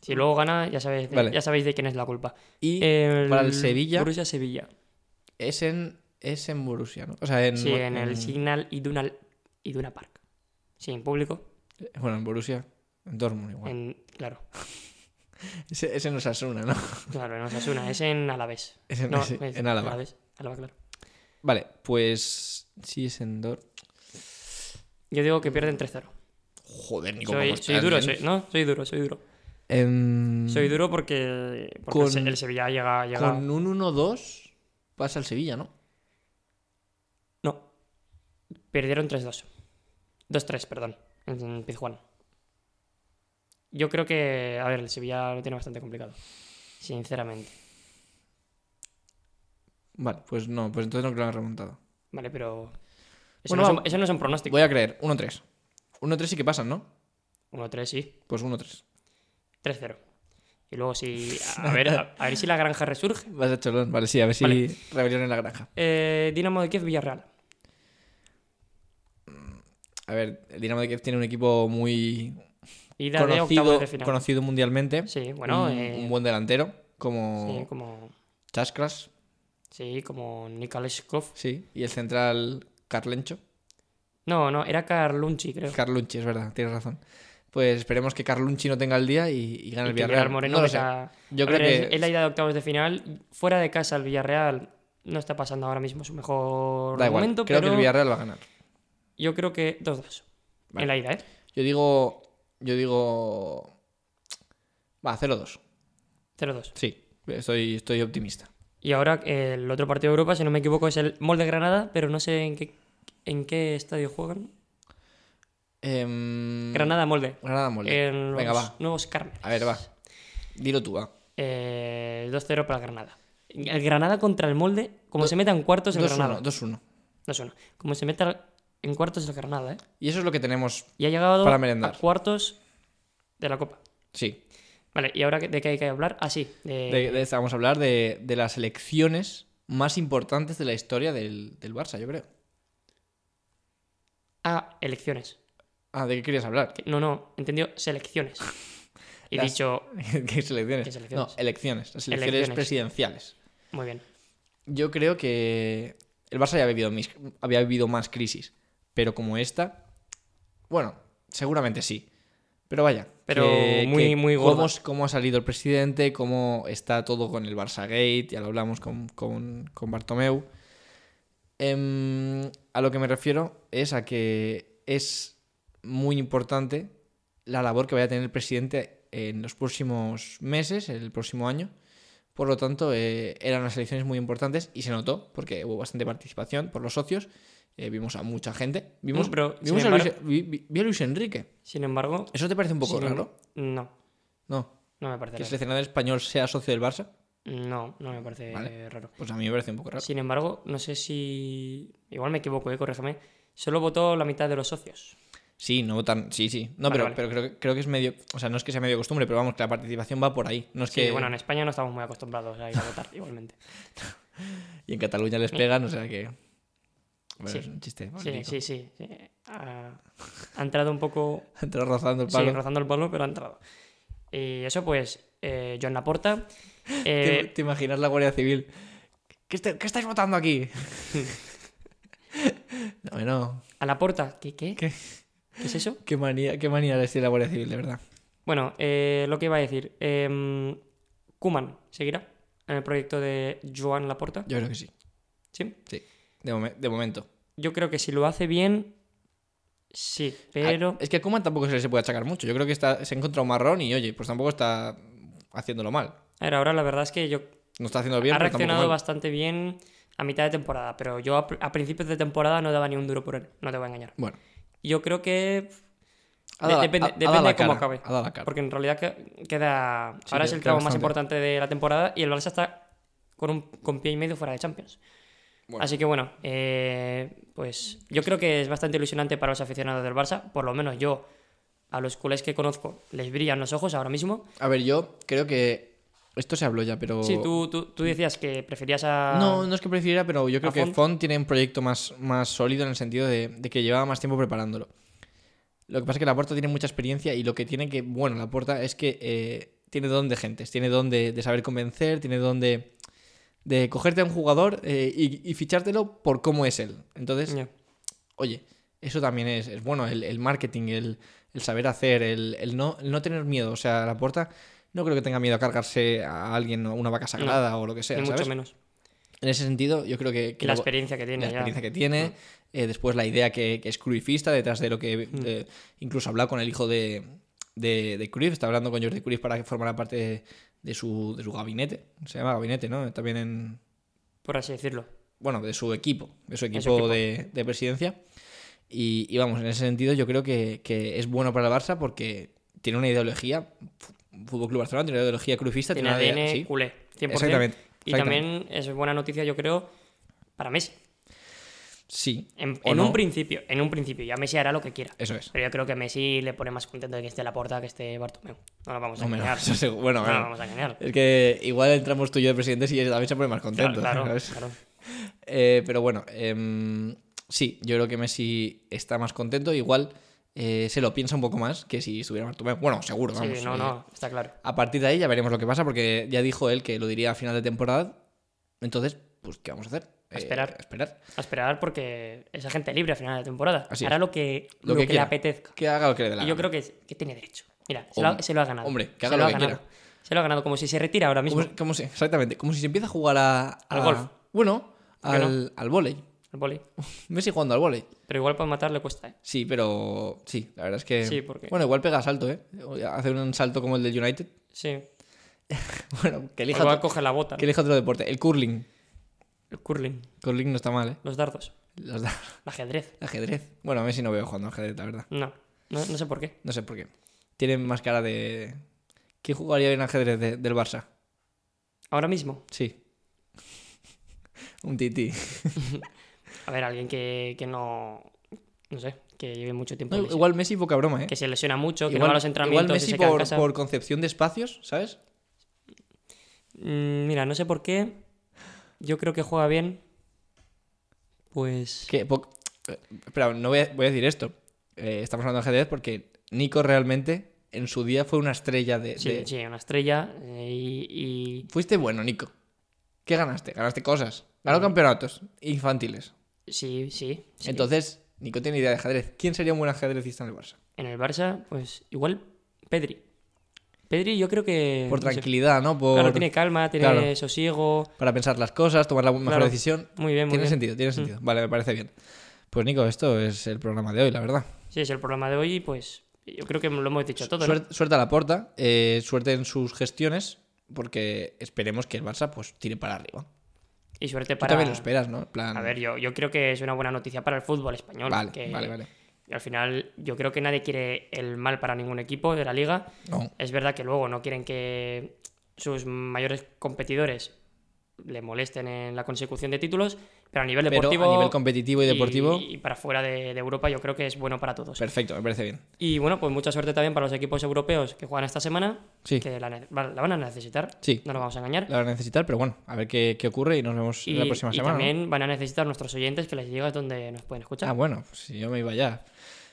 B: Si luego gana, ya sabéis, de,
A: Vale.
B: ya sabéis de quién es la culpa.
A: Y para el Sevilla
B: Borussia-Sevilla.
A: es en es en Borussia, ¿no? O sea, en
B: Sí, en el
A: en-
B: Signal Iduna, Iduna Park. Sí, en público.
A: Bueno, en Borussia, en Dortmund igual.
B: En, claro,
A: Ese, ese no es Asuna, ¿no?
B: claro, en Osasuna. Es en Alavés.
A: Es en,
B: No,
A: sí,
B: es
A: en Álava.
B: Alavés. Álava, claro.
A: Vale, pues sí es en Dor.
B: Yo digo que pierden 3-0.
A: Joder, Nico,
B: Soy,
A: ¿cómo
B: soy
A: estás,
B: duro,
A: men?
B: soy, no, soy duro, soy duro.
A: Em,
B: Soy duro porque, porque
A: Con-
B: el Se- el Sevilla llega... llega...
A: Con un 1-2 pasa el Sevilla, ¿no?
B: No. Perdieron 3-2. 2-3, perdón. En Pizjuán. Yo creo que. A ver, el Sevilla lo tiene bastante complicado. Sinceramente.
A: Vale, pues no, pues entonces no creo en la remontada.
B: Vale, pero. Eso,
A: Bueno,
B: no,
A: va-
B: son, eso no son pronósticos.
A: Voy a creer, 1-3. 1-3 sí que pasan, ¿no?
B: 1-3, sí.
A: Pues 1-3.
B: 3-0. Y luego si. A ver, a, a ver si la granja resurge.
A: Vas a cholón, vale, sí, a ver si
B: Vale.
A: rebelión en la granja.
B: Eh, Dinamo de Kiev, Villarreal.
A: A ver, el Dinamo de Kiev tiene un equipo muy
B: Ida de
A: conocido,
B: octavos de final.
A: conocido mundialmente.
B: Sí, bueno.
A: un,
B: eh,
A: un buen delantero,
B: sí,
A: como
B: como.
A: Chaskras,
B: Sí, como Nikolashkov.
A: sí. Y el central Carlencho.
B: No, no, era Carlunchi, creo.
A: Carlunchi, es verdad, tienes razón. Pues esperemos que Carlunchi no tenga el día y, y gane el
B: Y que
A: Villarreal.
B: Gerard Moreno
A: no lo sé.
B: venga-
A: Yo
B: A
A: creo
B: ver, es-
A: que
B: es la ida de octavos de final. Fuera de casa, el Villarreal no está pasando ahora mismo su mejor
A: da igual.
B: momento,
A: creo que
B: pero
A: el Villarreal va a ganar.
B: yo creo que 2-2
A: Vale.
B: en la ida, ¿eh?
A: Yo digo. Yo digo. Va, 0-2.
B: 0-2.
A: Sí, estoy, estoy optimista.
B: Y ahora eh, el otro partido de Europa, si no me equivoco, es el Molde Granada, pero no sé en qué, en qué estadio juegan.
A: Em,
B: Granada Molde.
A: Granada Molde.
B: En los
A: Venga, va.
B: nuevos Carmen.
A: A ver, va. Dilo tú, va.
B: Eh, 2-0 para el Granada. El Granada contra el Molde, como
A: Do-
B: se meta en cuartos el
A: 2-1.
B: Granada.
A: 2-1.
B: 2-1. Como se meta en cuartos el Granada, ¿eh?
A: Y eso es lo que tenemos.
B: Y ha llegado
A: Para
B: a
A: merendar.
B: cuartos de la Copa.
A: Sí.
B: Vale, ¿y ahora de qué hay que hablar? Ah, sí, de,
A: De- de- vamos a hablar de, de las elecciones más importantes de la historia del, del Barça, yo creo.
B: Ah, elecciones.
A: Ah, ¿de qué querías hablar?
B: Que- No, no, entendió selecciones. He
A: Las-
B: dicho,
A: ¿Qué selecciones?
B: ¿Qué selecciones?
A: No, elecciones. Las elecciones
B: Elecciones.
A: presidenciales.
B: muy bien.
A: Yo creo que el Barça ya había vivido, mis- había vivido más crisis, pero como esta, bueno, seguramente sí. Pero vaya.
B: Pero muy- muy gorda.
A: cómo, es- cómo ha salido el presidente, cómo está todo con el Barça Gate, ya lo hablamos con, con, con Bartomeu. Em, a lo que me refiero es a que es muy importante la labor que vaya a tener el presidente en los próximos meses, el próximo año. Por lo tanto, eh, eran unas elecciones muy importantes y se notó porque hubo bastante participación por los socios. Eh, vimos a mucha gente. Vimos,
B: No, pero,
A: vimos
B: sin
A: a, Luis,
B: embargo-
A: vi- vi- vi a Luis Enrique.
B: Sin embargo...
A: ¿Eso te parece un poco
B: sin em-
A: raro?
B: No,
A: No.
B: no me
A: Que el
B: parece raro.
A: seleccionador español sea socio del Barça.
B: No, no me parece
A: Vale.
B: raro.
A: Pues a mí me parece un poco raro.
B: Sin embargo, no sé si... Igual me equivoco, eh, corrígeme. Solo votó la mitad de los socios.
A: Sí, no tan. Sí, sí. No,
B: Vale,
A: pero,
B: vale.
A: pero creo, que- creo que es medio. O sea, no es que sea medio costumbre, pero vamos, que la participación va por ahí. No es
B: Sí,
A: que.
B: bueno, en España no estamos muy acostumbrados a ir a votar, igualmente.
A: Y en Cataluña les pegan, o sea que. Bueno,
B: Sí.
A: es un chiste.
B: Sí,
A: político.
B: sí, sí. sí. Ha, ha entrado un poco...
A: Entró rozando el
B: Sí,
A: palo.
B: rozando el palo, pero ha entrado. Y eso, pues, eh, John Laporta...
A: ¿Te,
B: eh,
A: te imaginas la Guardia Civil? ¿Qué, este- qué estáis votando aquí? no, no.
B: A la puerta. ¿Qué, qué?
A: ¿Qué?
B: ¿Qué es eso?
A: Qué manía, qué manía les tiene la Guardia Civil, de verdad.
B: Bueno, eh, lo que iba a decir. Eh, Kuman seguirá en el proyecto de Joan Laporta.
A: Yo creo que sí.
B: Sí.
A: De, momen- de momento.
B: Yo creo que si lo hace bien, sí.
A: Ah,
B: Pero
A: Es que a Koeman tampoco se le puede achacar mucho. Yo creo que está, se ha encontrado un marrón y, oye, pues tampoco está haciéndolo mal.
B: a ver, ahora la verdad es que yo
A: No está haciendo bien,
B: ha
A: pero tampoco mal.
B: reaccionado bastante bien a mitad de temporada. Pero yo a, pr- a principios de temporada no daba ni un duro por él. No te voy a engañar.
A: Bueno.
B: Yo creo que
A: ha
B: de-
A: dado la-
B: depende,
A: ha- ha dado
B: depende
A: la
B: de cómo
A: cara,
B: acabe.
A: Ha dado la cara.
B: Porque en realidad que- queda.
A: Sí,
B: ahora es
A: queda- queda
B: el tramo más
A: bastante.
B: importante de la temporada y el Barça está con, un, con pie y medio fuera de Champions.
A: Bueno.
B: Así que bueno, eh, pues yo creo que es bastante ilusionante para los aficionados del Barça. Por lo menos yo, a los culés que conozco, les brillan los ojos ahora mismo.
A: A ver, yo creo que. Esto se habló ya, pero.
B: Sí, tú, tú, tú decías que preferías a.
A: No, no es que prefiriera, pero yo creo
B: ¿A
A: que
B: Font?
A: Font tiene un proyecto más, más sólido en el sentido de, de que llevaba más tiempo preparándolo. Lo que pasa es que Laporta tiene mucha experiencia y lo que tiene que, bueno, Laporta es que eh, tiene don de gentes, tiene don de, de saber convencer, tiene don de, de cogerte a un jugador eh, y, y fichártelo por cómo es él. Entonces,
B: Ya.
A: oye, eso también es, es bueno, el, el marketing, el, el saber hacer, el, el no, el no tener miedo. O sea, Laporta no creo que tenga miedo a cargarse a alguien, a una vaca sagrada o lo que sea,
B: Ni mucho
A: ¿sabes?
B: menos.
A: En ese sentido, yo creo que... que
B: la
A: lo-
B: experiencia que tiene
A: la
B: ya.
A: experiencia que tiene, eh, después la idea que, que es cruifista detrás de lo que eh, incluso ha hablado con el hijo de, de, de Cruyff, está hablando con Jordi Cruyff para que formara parte de, de su, de su gabinete, se llama gabinete, ¿no? También en,
B: Por así decirlo.
A: bueno, de su equipo, de su equipo,
B: equipo.
A: De, de presidencia. Y, y vamos, en ese sentido yo creo que, que es bueno para el Barça porque tiene una ideología, F- Fútbol Club Barcelona tiene una ideología cruyffista,
B: Tiene
A: tiene, una
B: ADN
A: idea- sí.
B: culé. 100%.
A: Exactamente,
B: Y
A: exactamente.
B: también es buena noticia, yo creo, para Messi.
A: Sí,
B: En,
A: o
B: en
A: no.
B: un principio, en un principio. Ya Messi hará lo que quiera.
A: eso es.
B: Pero yo creo que a Messi le pone más contento de que esté Laporta que esté Bartomeu. No nos vamos a
A: No me lo-
B: engañar.
A: eso segu- bueno,
B: No
A: bueno.
B: nos vamos a engañar.
A: Es que igual entramos tú y yo de presidentes y David se pone más
B: Claro,
A: contento.
B: claro,
A: ¿sabes?
B: claro.
A: Eh, pero bueno, em, sí, yo creo que Messi está más contento. Igual eh, se lo piensa un poco más que si estuviera Bartomeu. Bueno, seguro, vamos.
B: Sí, no,
A: eh,
B: no, está claro.
A: A partir de ahí ya veremos lo que pasa, porque ya dijo él que lo diría a final de temporada. Entonces, pues, ¿qué vamos a hacer?
B: A esperar.
A: a esperar.
B: A esperar porque es agente libre a final de temporada.
A: Así
B: Hará
A: es.
B: lo que,
A: Lo
B: lo
A: que
B: que le
A: quiera.
B: apetezca.
A: Que haga lo que le dé la
B: Y yo
A: gana.
B: creo que, que tiene derecho. Mira, se lo, ha,
A: Hombre,
B: se lo ha ganado.
A: hombre, que
B: Se
A: haga
B: lo
A: lo
B: ha
A: que
B: ganado.
A: quiera.
B: Se lo ha ganado como si se retira ahora mismo.
A: Como, como si, exactamente, como si se empieza a jugar a,
B: Al
A: a-
B: golf.
A: Bueno,
B: ¿Por qué no?
A: al, al vóley.
B: El vóley.
A: Messi jugando al vóley.
B: Pero igual para matar le cuesta, ¿eh?
A: Sí, pero sí, la verdad es que.
B: Sí, porque-
A: Bueno, igual pega salto, ¿eh? Hacer un salto como el del United.
B: Sí.
A: Bueno, que elija,
B: Igual
A: otro,
B: coge la bota.
A: que elija otro deporte. El curling.
B: El curling.
A: Curling no está mal, ¿eh?
B: Los dardos.
A: Los da-
B: El ajedrez.
A: el ajedrez. Bueno, a Messi no veo jugando al ajedrez, la verdad.
B: No. No, no sé por qué.
A: No sé por qué. Tienen más cara de. ¿Quién jugaría bien al ajedrez de- del Barça?
B: Ahora mismo.
A: Sí. un tití.
B: A ver, alguien que, que no. No sé. Que lleve mucho tiempo.
A: No,
B: lesión-
A: igual Messi, poca broma, ¿eh?
B: Que se lesiona mucho. Que no
A: igual,
B: va a los entrenamientos.
A: igual
B: y
A: Messi
B: se queda en
A: por,
B: casa.
A: por concepción de espacios, ¿sabes?
B: Mm, Mira, no sé por qué. Yo creo que juega bien. Pues.
A: Que po- eh, Espera, no voy a, voy a decir esto. Eh, estamos hablando de ajedrez porque Nico realmente en su día fue una estrella de.
B: Sí,
A: de-
B: sí, una estrella. eh, y, y-
A: Fuiste bueno, Nico. ¿Qué ganaste? Ganaste cosas. Ganó campeonatos infantiles.
B: Sí, sí. sí.
A: Entonces, Nico tiene idea de ajedrez. ¿Quién sería un buen ajedrecista en el Barça?
B: En el Barça, pues igual Pedri. Pedri, yo creo que.
A: Por
B: Eh, no sé,
A: tranquilidad, ¿no? Por,
B: Claro, tiene calma, tiene
A: Claro.
B: sosiego.
A: Para pensar las cosas, tomar la mejor
B: Claro.
A: decisión.
B: Muy bien, muy
A: Tiene
B: bien. Mm.
A: sentido, tiene sentido. Vale, me parece bien. Pues Nico, esto es el programa de hoy, la verdad.
B: Sí, es el programa de hoy, pues yo creo que lo hemos dicho todo. ¿no?
A: Suerte, suerte a la porta, eh, suerte en sus gestiones, porque esperemos que el Barça pues tire para arriba.
B: Y suerte
A: Tú
B: para.
A: también lo esperas, ¿no? En plan,
B: A ver, yo, yo creo que es una buena noticia para el fútbol español.
A: vale,
B: que
A: vale, vale.
B: Al final, yo creo que nadie quiere el mal para ningún equipo de la liga.
A: No,
B: Es verdad que luego no quieren que sus mayores competidores le molesten en la consecución de títulos, pero a nivel
A: pero
B: deportivo.
A: a nivel competitivo y deportivo,
B: Y, para fuera de, de Europa yo creo que es bueno para todos.
A: perfecto, me parece bien.
B: Y bueno, pues mucha suerte también para los equipos europeos que juegan esta semana,
A: Sí.
B: que la, ne- va- la van a necesitar,
A: Sí.
B: no nos vamos a engañar.
A: La van a necesitar, pero bueno, a ver qué, qué ocurre y nos vemos
B: Y,
A: la próxima
B: y
A: semana. ¿no?
B: también van a necesitar nuestros oyentes que les digas dónde nos pueden escuchar.
A: Ah, bueno, pues si yo me iba ya.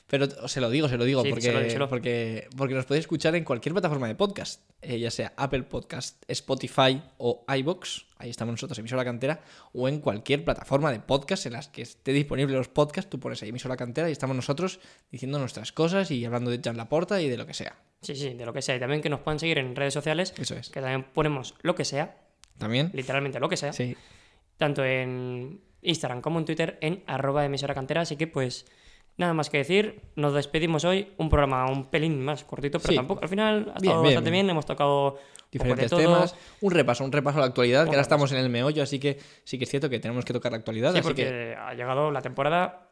A: Pero t- se lo digo, se lo digo,
B: Sí,
A: porque,
B: díselo, díselo.
A: porque porque nos podéis escuchar en cualquier plataforma de podcast, eh, ya sea Apple Podcast, Spotify o iBox, ahí estamos nosotros, emisora cantera, o en cualquier plataforma de podcast en las que esté disponible los podcasts, tú pones ahí emisora cantera y estamos nosotros diciendo nuestras cosas y hablando de Jan Laporta y de lo que sea.
B: Sí, sí, de lo que sea. Y también que nos puedan seguir en redes sociales,
A: Eso es.
B: que también ponemos lo que sea,
A: También.
B: literalmente lo que sea,
A: Sí.
B: tanto en Instagram como en Twitter, en arroba emisora cantera. Así que pues nada más que decir, nos despedimos hoy. Un programa un pelín más cortito, pero
A: Sí.
B: tampoco. Al final ha estado
A: Bien, bien,
B: bastante bien.
A: bien.
B: hemos tocado un poco de
A: diferentes
B: todo.
A: temas. Un repaso, un repaso a la actualidad, que ahora
B: repaso.
A: estamos en el meollo, así que sí que es cierto que tenemos que tocar la actualidad.
B: Sí,
A: así
B: porque
A: que
B: ha llegado la temporada.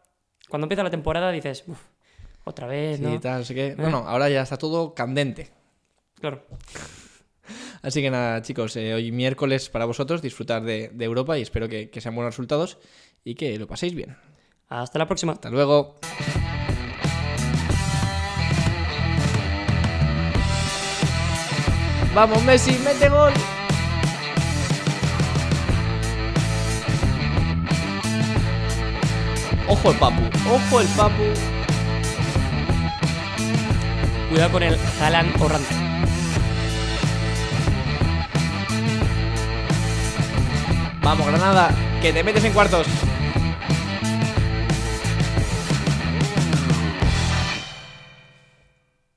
B: Cuando empieza la temporada dices, "Uf, otra vez,
A: sí,
B: ¿no? Eh.
A: tal, así que. Bueno, ahora ya está todo candente.
B: Claro.
A: Así que nada, chicos, eh, hoy miércoles para vosotros, disfrutar de, de Europa y espero que, que sean buenos resultados y que lo paséis bien.
B: Hasta la próxima.
A: Hasta luego. Vamos, Messi, mete gol. Ojo el papu, ojo el papu.
B: Cuidado con el Haaland o Ramsey.
A: Vamos, Granada, que te metes en cuartos.